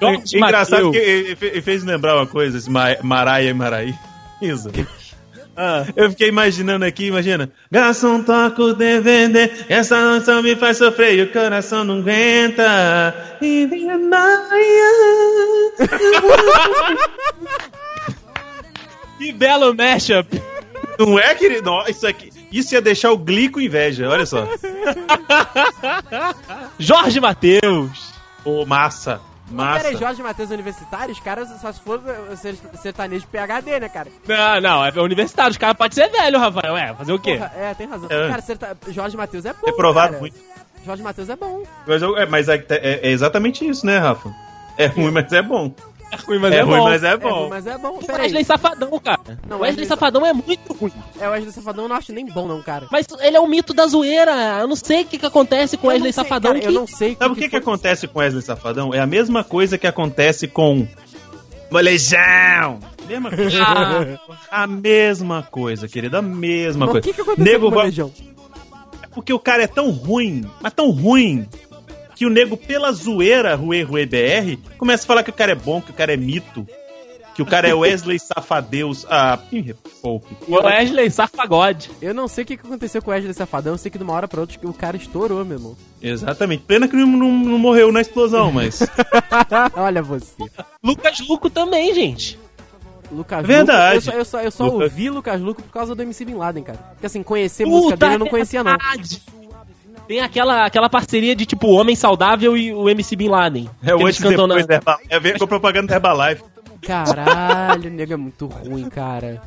[SPEAKER 4] Jorge
[SPEAKER 5] Engraçado
[SPEAKER 4] Mateus.
[SPEAKER 5] que ele fe- ele fez lembrar uma coisa, esse Ma- Maraia e Maraísa.
[SPEAKER 4] Ah.
[SPEAKER 5] Eu fiquei imaginando aqui, imagina. Garçom toca o DVD, essa canção me faz sofrer e o coração não aguenta. E vem a Maria.
[SPEAKER 4] Que belo mashup.
[SPEAKER 5] Não é, querido? Não, isso, aqui, isso ia deixar o Glee com inveja, olha só.
[SPEAKER 4] Jorge Mateus.
[SPEAKER 5] Ô, massa.
[SPEAKER 2] Pera aí,
[SPEAKER 5] Massa.
[SPEAKER 2] Jorge Matheus Universitário, os caras só se for eh, ser- sertanejo PHD, né, cara?
[SPEAKER 4] Não, não, é universitário. Os caras podem ser velho, Rafael. É, fazer o quê?
[SPEAKER 2] Porra, é, tem razão.
[SPEAKER 5] É.
[SPEAKER 2] Cara, serta... Jorge Matheus é bom.
[SPEAKER 5] É provado
[SPEAKER 2] cara.
[SPEAKER 5] muito.
[SPEAKER 2] Jorge Matheus é bom.
[SPEAKER 5] Mas, eu- é, mas é, é- é exatamente isso, né, Rafa? É ruim, mas é bom.
[SPEAKER 4] É ruim, mas
[SPEAKER 5] é, ruim,
[SPEAKER 4] bom.
[SPEAKER 5] mas é
[SPEAKER 2] É
[SPEAKER 5] bom.
[SPEAKER 2] ruim, mas é bom.
[SPEAKER 4] O
[SPEAKER 2] Pera aí.
[SPEAKER 4] Wesley Safadão, cara.
[SPEAKER 2] Não,
[SPEAKER 4] O
[SPEAKER 2] Wesley
[SPEAKER 4] Wesley Safadão é muito ruim.
[SPEAKER 2] É, o Wesley Safadão eu não acho nem bom, não, cara.
[SPEAKER 4] Mas ele é um mito da zoeira. Eu não sei o que, que acontece com o
[SPEAKER 2] Eu
[SPEAKER 4] Wesley
[SPEAKER 2] não sei,
[SPEAKER 4] Safadão.
[SPEAKER 2] cara,
[SPEAKER 4] que...
[SPEAKER 2] Eu não sei
[SPEAKER 5] Sabe o que, que acontece com Wesley Safadão? É a mesma coisa que acontece com. Molejão! Mesma coisa.
[SPEAKER 4] Ah,
[SPEAKER 5] a mesma coisa, querido. A mesma
[SPEAKER 2] Mas o
[SPEAKER 5] coisa.
[SPEAKER 2] que, que aconteceu
[SPEAKER 5] nego
[SPEAKER 2] com o
[SPEAKER 5] vai-
[SPEAKER 2] Manejão?
[SPEAKER 5] Porque o cara é tão ruim, mas tão ruim, que o nego, pela zoeira Rue Rue BR, começa a falar que o cara é bom, que o cara é mito. Que o cara é Wesley Safadeus. Ah, me poupe.
[SPEAKER 4] O Wesley Safagode.
[SPEAKER 2] Eu não sei o que, que aconteceu com o Wesley Safadão, eu sei que de uma hora pra outra o cara estourou, meu irmão.
[SPEAKER 5] Exatamente. Pena que não, não- não morreu na explosão, mas.
[SPEAKER 2] É Olha você.
[SPEAKER 4] Lucas Luco também, gente.
[SPEAKER 2] Lucas
[SPEAKER 5] Verdade.
[SPEAKER 2] Luco. Eu só, eu só, eu só
[SPEAKER 5] Lucas-
[SPEAKER 2] ouvi Lucas Luco por causa do MC Bin Laden, cara. Porque assim, conhecer música dele eu não conhecia, não.
[SPEAKER 4] verdade. Tem aquela, aquela parceria de tipo o Homem Saudável e o MC Bin Laden.
[SPEAKER 5] É o
[SPEAKER 4] Eles
[SPEAKER 5] antes e
[SPEAKER 4] cantam na-
[SPEAKER 5] depois da Herbalife. É ver com a propaganda da Herbalife.
[SPEAKER 2] Caralho, o nego é muito ruim, cara.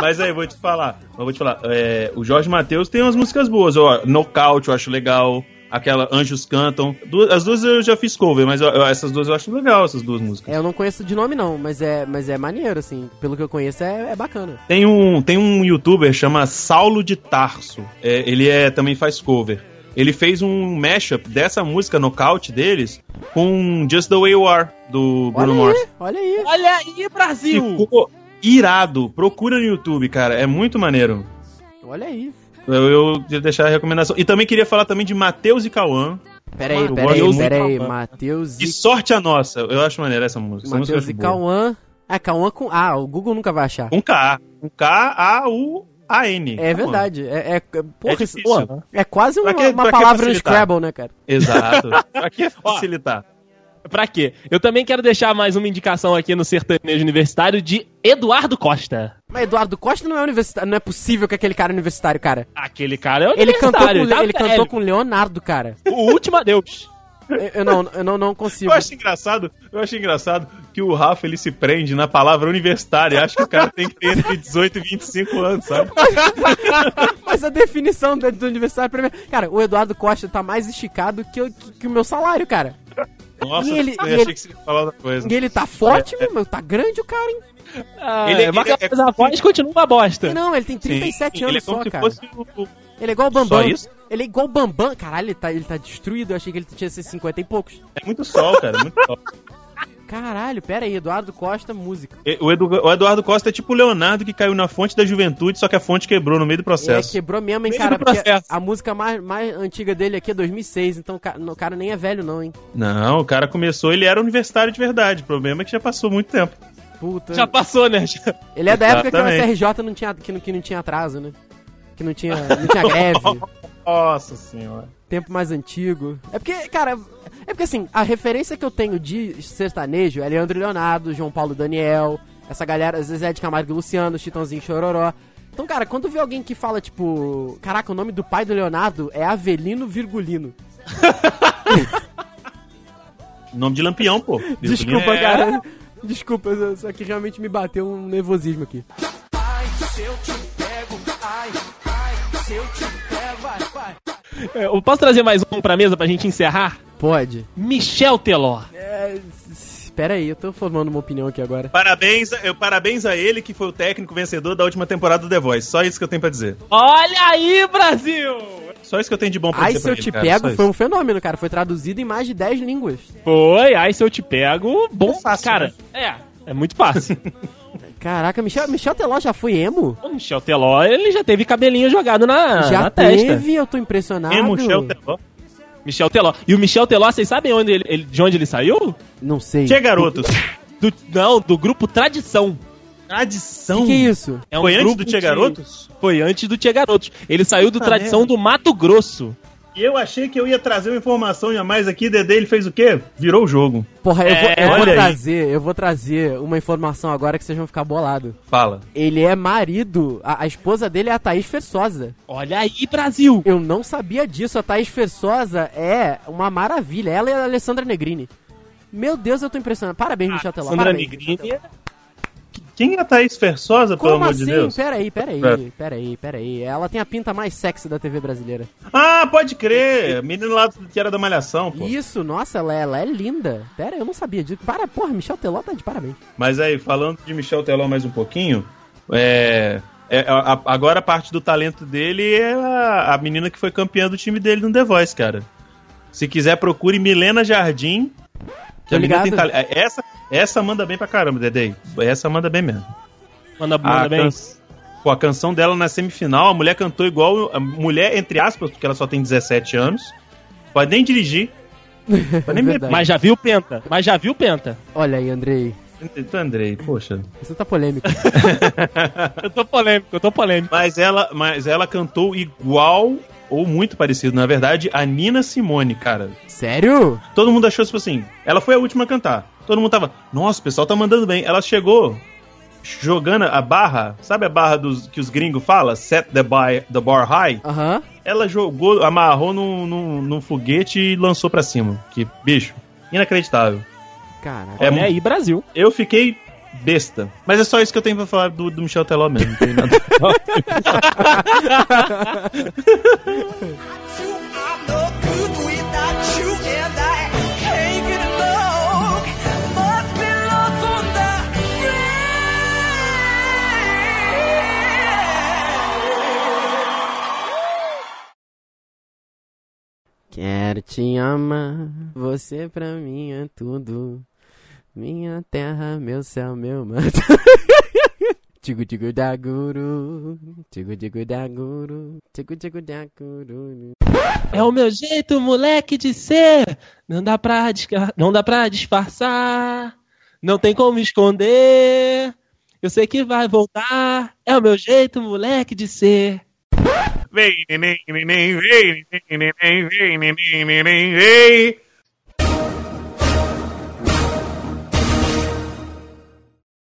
[SPEAKER 5] Mas aí, vou te falar. Eu vou te falar. é, o Jorge Matheus tem umas músicas boas, ó. Nocaute, eu acho legal. Aquela Anjos Cantam. Du- as duas eu já fiz cover, mas ó, eu- essas duas eu acho legal, essas duas músicas.
[SPEAKER 2] É, eu não conheço de nome, não, mas é, mas é maneiro, assim. Pelo que eu conheço, é, é bacana.
[SPEAKER 5] Tem um, tem um youtuber chama Saulo de Tarso. É, ele é, também faz cover. Ele fez um mashup dessa música nocaute deles com Just the Way You Are, do
[SPEAKER 2] Olha
[SPEAKER 5] Bruno
[SPEAKER 2] aí,
[SPEAKER 5] Mars.
[SPEAKER 2] olha aí.
[SPEAKER 4] Olha aí, Brasil!
[SPEAKER 5] Ficou irado. Procura no YouTube, cara. É muito maneiro.
[SPEAKER 2] Olha aí.
[SPEAKER 5] Eu, eu ia deixar a recomendação. E também queria falar também de Matheus e Cauã.
[SPEAKER 2] Pera aí,
[SPEAKER 5] Mano,
[SPEAKER 2] pera aí,
[SPEAKER 5] Mateus e
[SPEAKER 2] pera aí.
[SPEAKER 5] Cauã.
[SPEAKER 2] Matheus
[SPEAKER 5] Que
[SPEAKER 2] e...
[SPEAKER 5] sorte a nossa. Eu acho maneira essa música. Essa música eu
[SPEAKER 2] Matheus
[SPEAKER 5] acho
[SPEAKER 2] e
[SPEAKER 5] boa.
[SPEAKER 2] Cauã. Ah, Cauã com... Ah, o Google nunca vai achar.
[SPEAKER 5] Com K. Com K-A-U-A-N.
[SPEAKER 2] É
[SPEAKER 5] Cauã.
[SPEAKER 2] verdade. É, é, porra,
[SPEAKER 5] É
[SPEAKER 2] isso-
[SPEAKER 5] difícil.
[SPEAKER 2] pô, é quase uma,
[SPEAKER 5] Pra que-
[SPEAKER 2] uma
[SPEAKER 5] pra que
[SPEAKER 2] palavra no
[SPEAKER 5] facilitar?
[SPEAKER 2] Scrabble, né, cara?
[SPEAKER 5] Exato. pra que
[SPEAKER 4] Ó.
[SPEAKER 5] facilitar?
[SPEAKER 4] Pra quê? Eu também quero deixar mais uma indicação aqui no sertanejo universitário de Eduardo Costa.
[SPEAKER 2] Mas Eduardo Costa não é universitário. Não é possível que aquele cara é universitário, cara.
[SPEAKER 4] Aquele cara é
[SPEAKER 2] Ele cantou com,
[SPEAKER 4] universitário,
[SPEAKER 2] Le-
[SPEAKER 4] tá
[SPEAKER 2] ele
[SPEAKER 4] velho.
[SPEAKER 5] é.
[SPEAKER 2] cantou com Leonardo, cara.
[SPEAKER 4] O último adeus.
[SPEAKER 2] Eu, eu não, eu não, não consigo.
[SPEAKER 5] Eu acho engraçado, eu acho engraçado que o Rafa ele se prende na palavra universitária. Acho que o cara tem que ter entre 18 e 25 anos, sabe?
[SPEAKER 2] Mas a definição do, do universitário pra mim. é- Cara, o Eduardo Costa tá mais esticado que, o- que- que o meu salário, cara.
[SPEAKER 5] Nossa,
[SPEAKER 2] E ele-
[SPEAKER 5] eu
[SPEAKER 2] e
[SPEAKER 5] achei
[SPEAKER 2] ele-
[SPEAKER 5] que você ia falar outra coisa.
[SPEAKER 2] E ele tá forte,
[SPEAKER 5] é.
[SPEAKER 2] meu irmão. Tá grande o cara, hein?
[SPEAKER 4] Ah,
[SPEAKER 5] Ele-
[SPEAKER 4] ele,
[SPEAKER 5] ele- é-
[SPEAKER 4] mas a voz continua uma bosta.
[SPEAKER 2] Não, ele tem
[SPEAKER 5] Sim,
[SPEAKER 2] 37
[SPEAKER 5] ele é
[SPEAKER 2] anos
[SPEAKER 5] como
[SPEAKER 2] só,
[SPEAKER 5] se
[SPEAKER 2] cara.
[SPEAKER 5] fosse o- o-
[SPEAKER 2] Ele é igual o Bambam.
[SPEAKER 5] Só isso?
[SPEAKER 2] Ele é igual o Bambam. Caralho, ele tá, ele tá destruído. Eu achei que ele tinha esses 50 e poucos.
[SPEAKER 5] É muito é sol, cara. Muito sol.
[SPEAKER 2] Caralho, pera aí, Eduardo Costa, música.
[SPEAKER 5] E- O, Edu- o Eduardo Costa é tipo o Leonardo que caiu na fonte da juventude, só que a fonte quebrou no meio do
[SPEAKER 2] É,
[SPEAKER 5] processo.
[SPEAKER 2] quebrou mesmo, hein,
[SPEAKER 5] Meio
[SPEAKER 2] cara?
[SPEAKER 5] do
[SPEAKER 2] Porque
[SPEAKER 5] processo.
[SPEAKER 2] a música mais, mais antiga dele aqui é 2006, então o ca- o cara nem é velho não, hein?
[SPEAKER 5] Não, o cara começou, ele era universitário de verdade. O problema é que já passou muito tempo.
[SPEAKER 2] Puta.
[SPEAKER 4] Já passou, né? Já-
[SPEAKER 2] Ele é da época que o
[SPEAKER 5] Exatamente.
[SPEAKER 2] SRJ não tinha, que, não, que não tinha atraso, né? Que não tinha, não tinha greve.
[SPEAKER 5] Nossa senhora.
[SPEAKER 2] tempo mais antigo. É porque, cara, é porque assim, a referência que eu tenho de sertanejo é Leandro e Leonardo, João Paulo e Daniel, essa galera, Zezé de Camargo e Luciano, Chitãozinho e Chororó. Então, cara, quando vê alguém que fala, tipo, caraca, o nome do pai do Leonardo é Avelino Virgulino.
[SPEAKER 5] Nome de Lampião, pô.
[SPEAKER 2] Desculpa,
[SPEAKER 5] É.
[SPEAKER 2] cara. Desculpa, só- só que realmente me bateu um nervosismo aqui.
[SPEAKER 4] É, Eu posso trazer mais um pra mesa pra gente encerrar?
[SPEAKER 2] Pode.
[SPEAKER 4] Michel Teló.
[SPEAKER 2] Espera aí, eu tô formando uma opinião aqui agora.
[SPEAKER 5] Parabéns, eu, parabéns a ele que foi o técnico vencedor da última temporada do The Voice. Só isso que eu tenho pra dizer.
[SPEAKER 4] Olha aí, Brasil!
[SPEAKER 5] Só isso que eu tenho de bom pra
[SPEAKER 2] Ai,
[SPEAKER 5] dizer.
[SPEAKER 2] se eu
[SPEAKER 5] pra
[SPEAKER 2] te
[SPEAKER 5] ele, cara, só
[SPEAKER 2] pego,
[SPEAKER 5] isso.
[SPEAKER 2] foi um fenômeno, cara. Foi traduzido em mais de 10 línguas.
[SPEAKER 4] Foi, aí se eu te pego, bom,
[SPEAKER 5] fácil,
[SPEAKER 4] cara.
[SPEAKER 2] né?
[SPEAKER 4] É, é muito fácil.
[SPEAKER 2] Caraca, Michel, Michel Teló já foi emo?
[SPEAKER 4] o Michel Teló, ele já teve cabelinho jogado
[SPEAKER 5] Ah,
[SPEAKER 4] na,
[SPEAKER 2] Já
[SPEAKER 4] na
[SPEAKER 2] teve,
[SPEAKER 4] testa.
[SPEAKER 2] eu tô impressionado.
[SPEAKER 5] Emo, Shell, Teló.
[SPEAKER 4] Michel Teló. E o Michel Teló, vocês sabem onde ele, ele- de onde ele saiu?
[SPEAKER 2] Não sei.
[SPEAKER 5] Che, garotos.
[SPEAKER 4] Do, não, do grupo Tradição.
[SPEAKER 5] Tradição.
[SPEAKER 2] Que que é isso?
[SPEAKER 4] É
[SPEAKER 5] Foi antes
[SPEAKER 4] grupo
[SPEAKER 5] do
[SPEAKER 4] de-
[SPEAKER 5] Che Garotos?
[SPEAKER 4] Foi antes do Tia Garotos. Ele saiu do
[SPEAKER 5] Puta
[SPEAKER 4] Tradição
[SPEAKER 5] merda.
[SPEAKER 4] do Mato Grosso.
[SPEAKER 5] E eu achei que eu ia trazer uma informação jamais aqui. Dedê, ele fez o quê? Virou o jogo.
[SPEAKER 2] Porra, eu vou,
[SPEAKER 4] É,
[SPEAKER 2] eu vou
[SPEAKER 5] olha aí.
[SPEAKER 2] trazer, eu vou trazer uma informação agora que vocês vão ficar bolados.
[SPEAKER 5] Fala.
[SPEAKER 2] Ele é marido, a, a esposa dele é a Thaís Fersosa.
[SPEAKER 4] Olha aí, Brasil!
[SPEAKER 2] Eu não sabia disso, a Thaís Fersosa é uma maravilha. Ela é a Alessandra Negrini. Meu Deus, eu tô impressionado. Parabéns, Michel Teló.
[SPEAKER 4] Sandra
[SPEAKER 2] Parabéns,
[SPEAKER 4] Negrini.
[SPEAKER 5] Quem é a Thaís Fersosa, pelo
[SPEAKER 2] Como
[SPEAKER 5] amor
[SPEAKER 2] assim?
[SPEAKER 5] de Deus? É.
[SPEAKER 2] Peraí, peraí,
[SPEAKER 5] Pera.
[SPEAKER 2] peraí, peraí. Ela tem a pinta mais sexy da TV brasileira.
[SPEAKER 5] Ah, pode crer. Menino lá do- que era da Malhação, pô.
[SPEAKER 2] Isso, nossa, ela, ela é linda. Pera, eu não sabia disso. Para, porra, Michel Teló tá de parabéns.
[SPEAKER 5] Mas aí, falando de Michel Teló mais um pouquinho, é. é, a- a- agora a parte do talento dele é a, a menina que foi campeã do time dele no The Voice, cara. Se quiser, procure Milena Jardim. Que a
[SPEAKER 2] Tô
[SPEAKER 5] menina tem
[SPEAKER 2] ligado.
[SPEAKER 5] talento. É, Essa, essa manda bem pra caramba, Dedei. Essa manda bem mesmo.
[SPEAKER 4] Manda, manda
[SPEAKER 5] a
[SPEAKER 4] bem.
[SPEAKER 5] can- Pô, a canção dela na semifinal, a mulher cantou igual. A mulher, entre aspas, porque ela só tem 17 anos. Pode nem dirigir. Pode nem
[SPEAKER 2] É Verdade.
[SPEAKER 4] Mas já viu Penta. Mas já viu Penta.
[SPEAKER 2] Olha aí, Andrei.
[SPEAKER 5] Então, Andrei, poxa.
[SPEAKER 2] Você tá polêmico.
[SPEAKER 4] Eu tô polêmico, eu tô polêmico.
[SPEAKER 5] Mas ela, mas ela cantou igual, ou muito parecido, na verdade, a Nina Simone, cara.
[SPEAKER 2] Sério?
[SPEAKER 5] Todo mundo achou, tipo assim, ela foi a última a cantar. Todo mundo tava, nossa, o pessoal tá mandando bem. Ela chegou jogando a barra, sabe a barra dos, que os gringos falam? Set the, bar the bar high.
[SPEAKER 2] Aham.
[SPEAKER 5] Ela jogou, amarrou num, num, num foguete e lançou pra cima. Que, bicho, inacreditável.
[SPEAKER 2] Caraca.
[SPEAKER 5] É
[SPEAKER 4] Olha
[SPEAKER 5] mu-
[SPEAKER 4] aí, Brasil.
[SPEAKER 5] Eu fiquei besta. Mas é só isso que eu tenho pra falar do, do Michel Teló mesmo. Não tem nada.
[SPEAKER 7] I'm no good without you, and I can't get along. Must be love on the brain.
[SPEAKER 2] Quero te amar, você pra mim é tudo. Minha terra, meu céu, meu mato. Tigo tigo da guru, tigo tigo da guru, tigo tigo da guru.
[SPEAKER 4] É o meu jeito, moleque, de ser. Não dá pra, disca- não dá pra disfarçar. Não tem como esconder. Eu sei que vai voltar. É o meu jeito, moleque, de ser.
[SPEAKER 5] Vem, neném, neném, vem, neném, neném, vem, neném, neném, vem.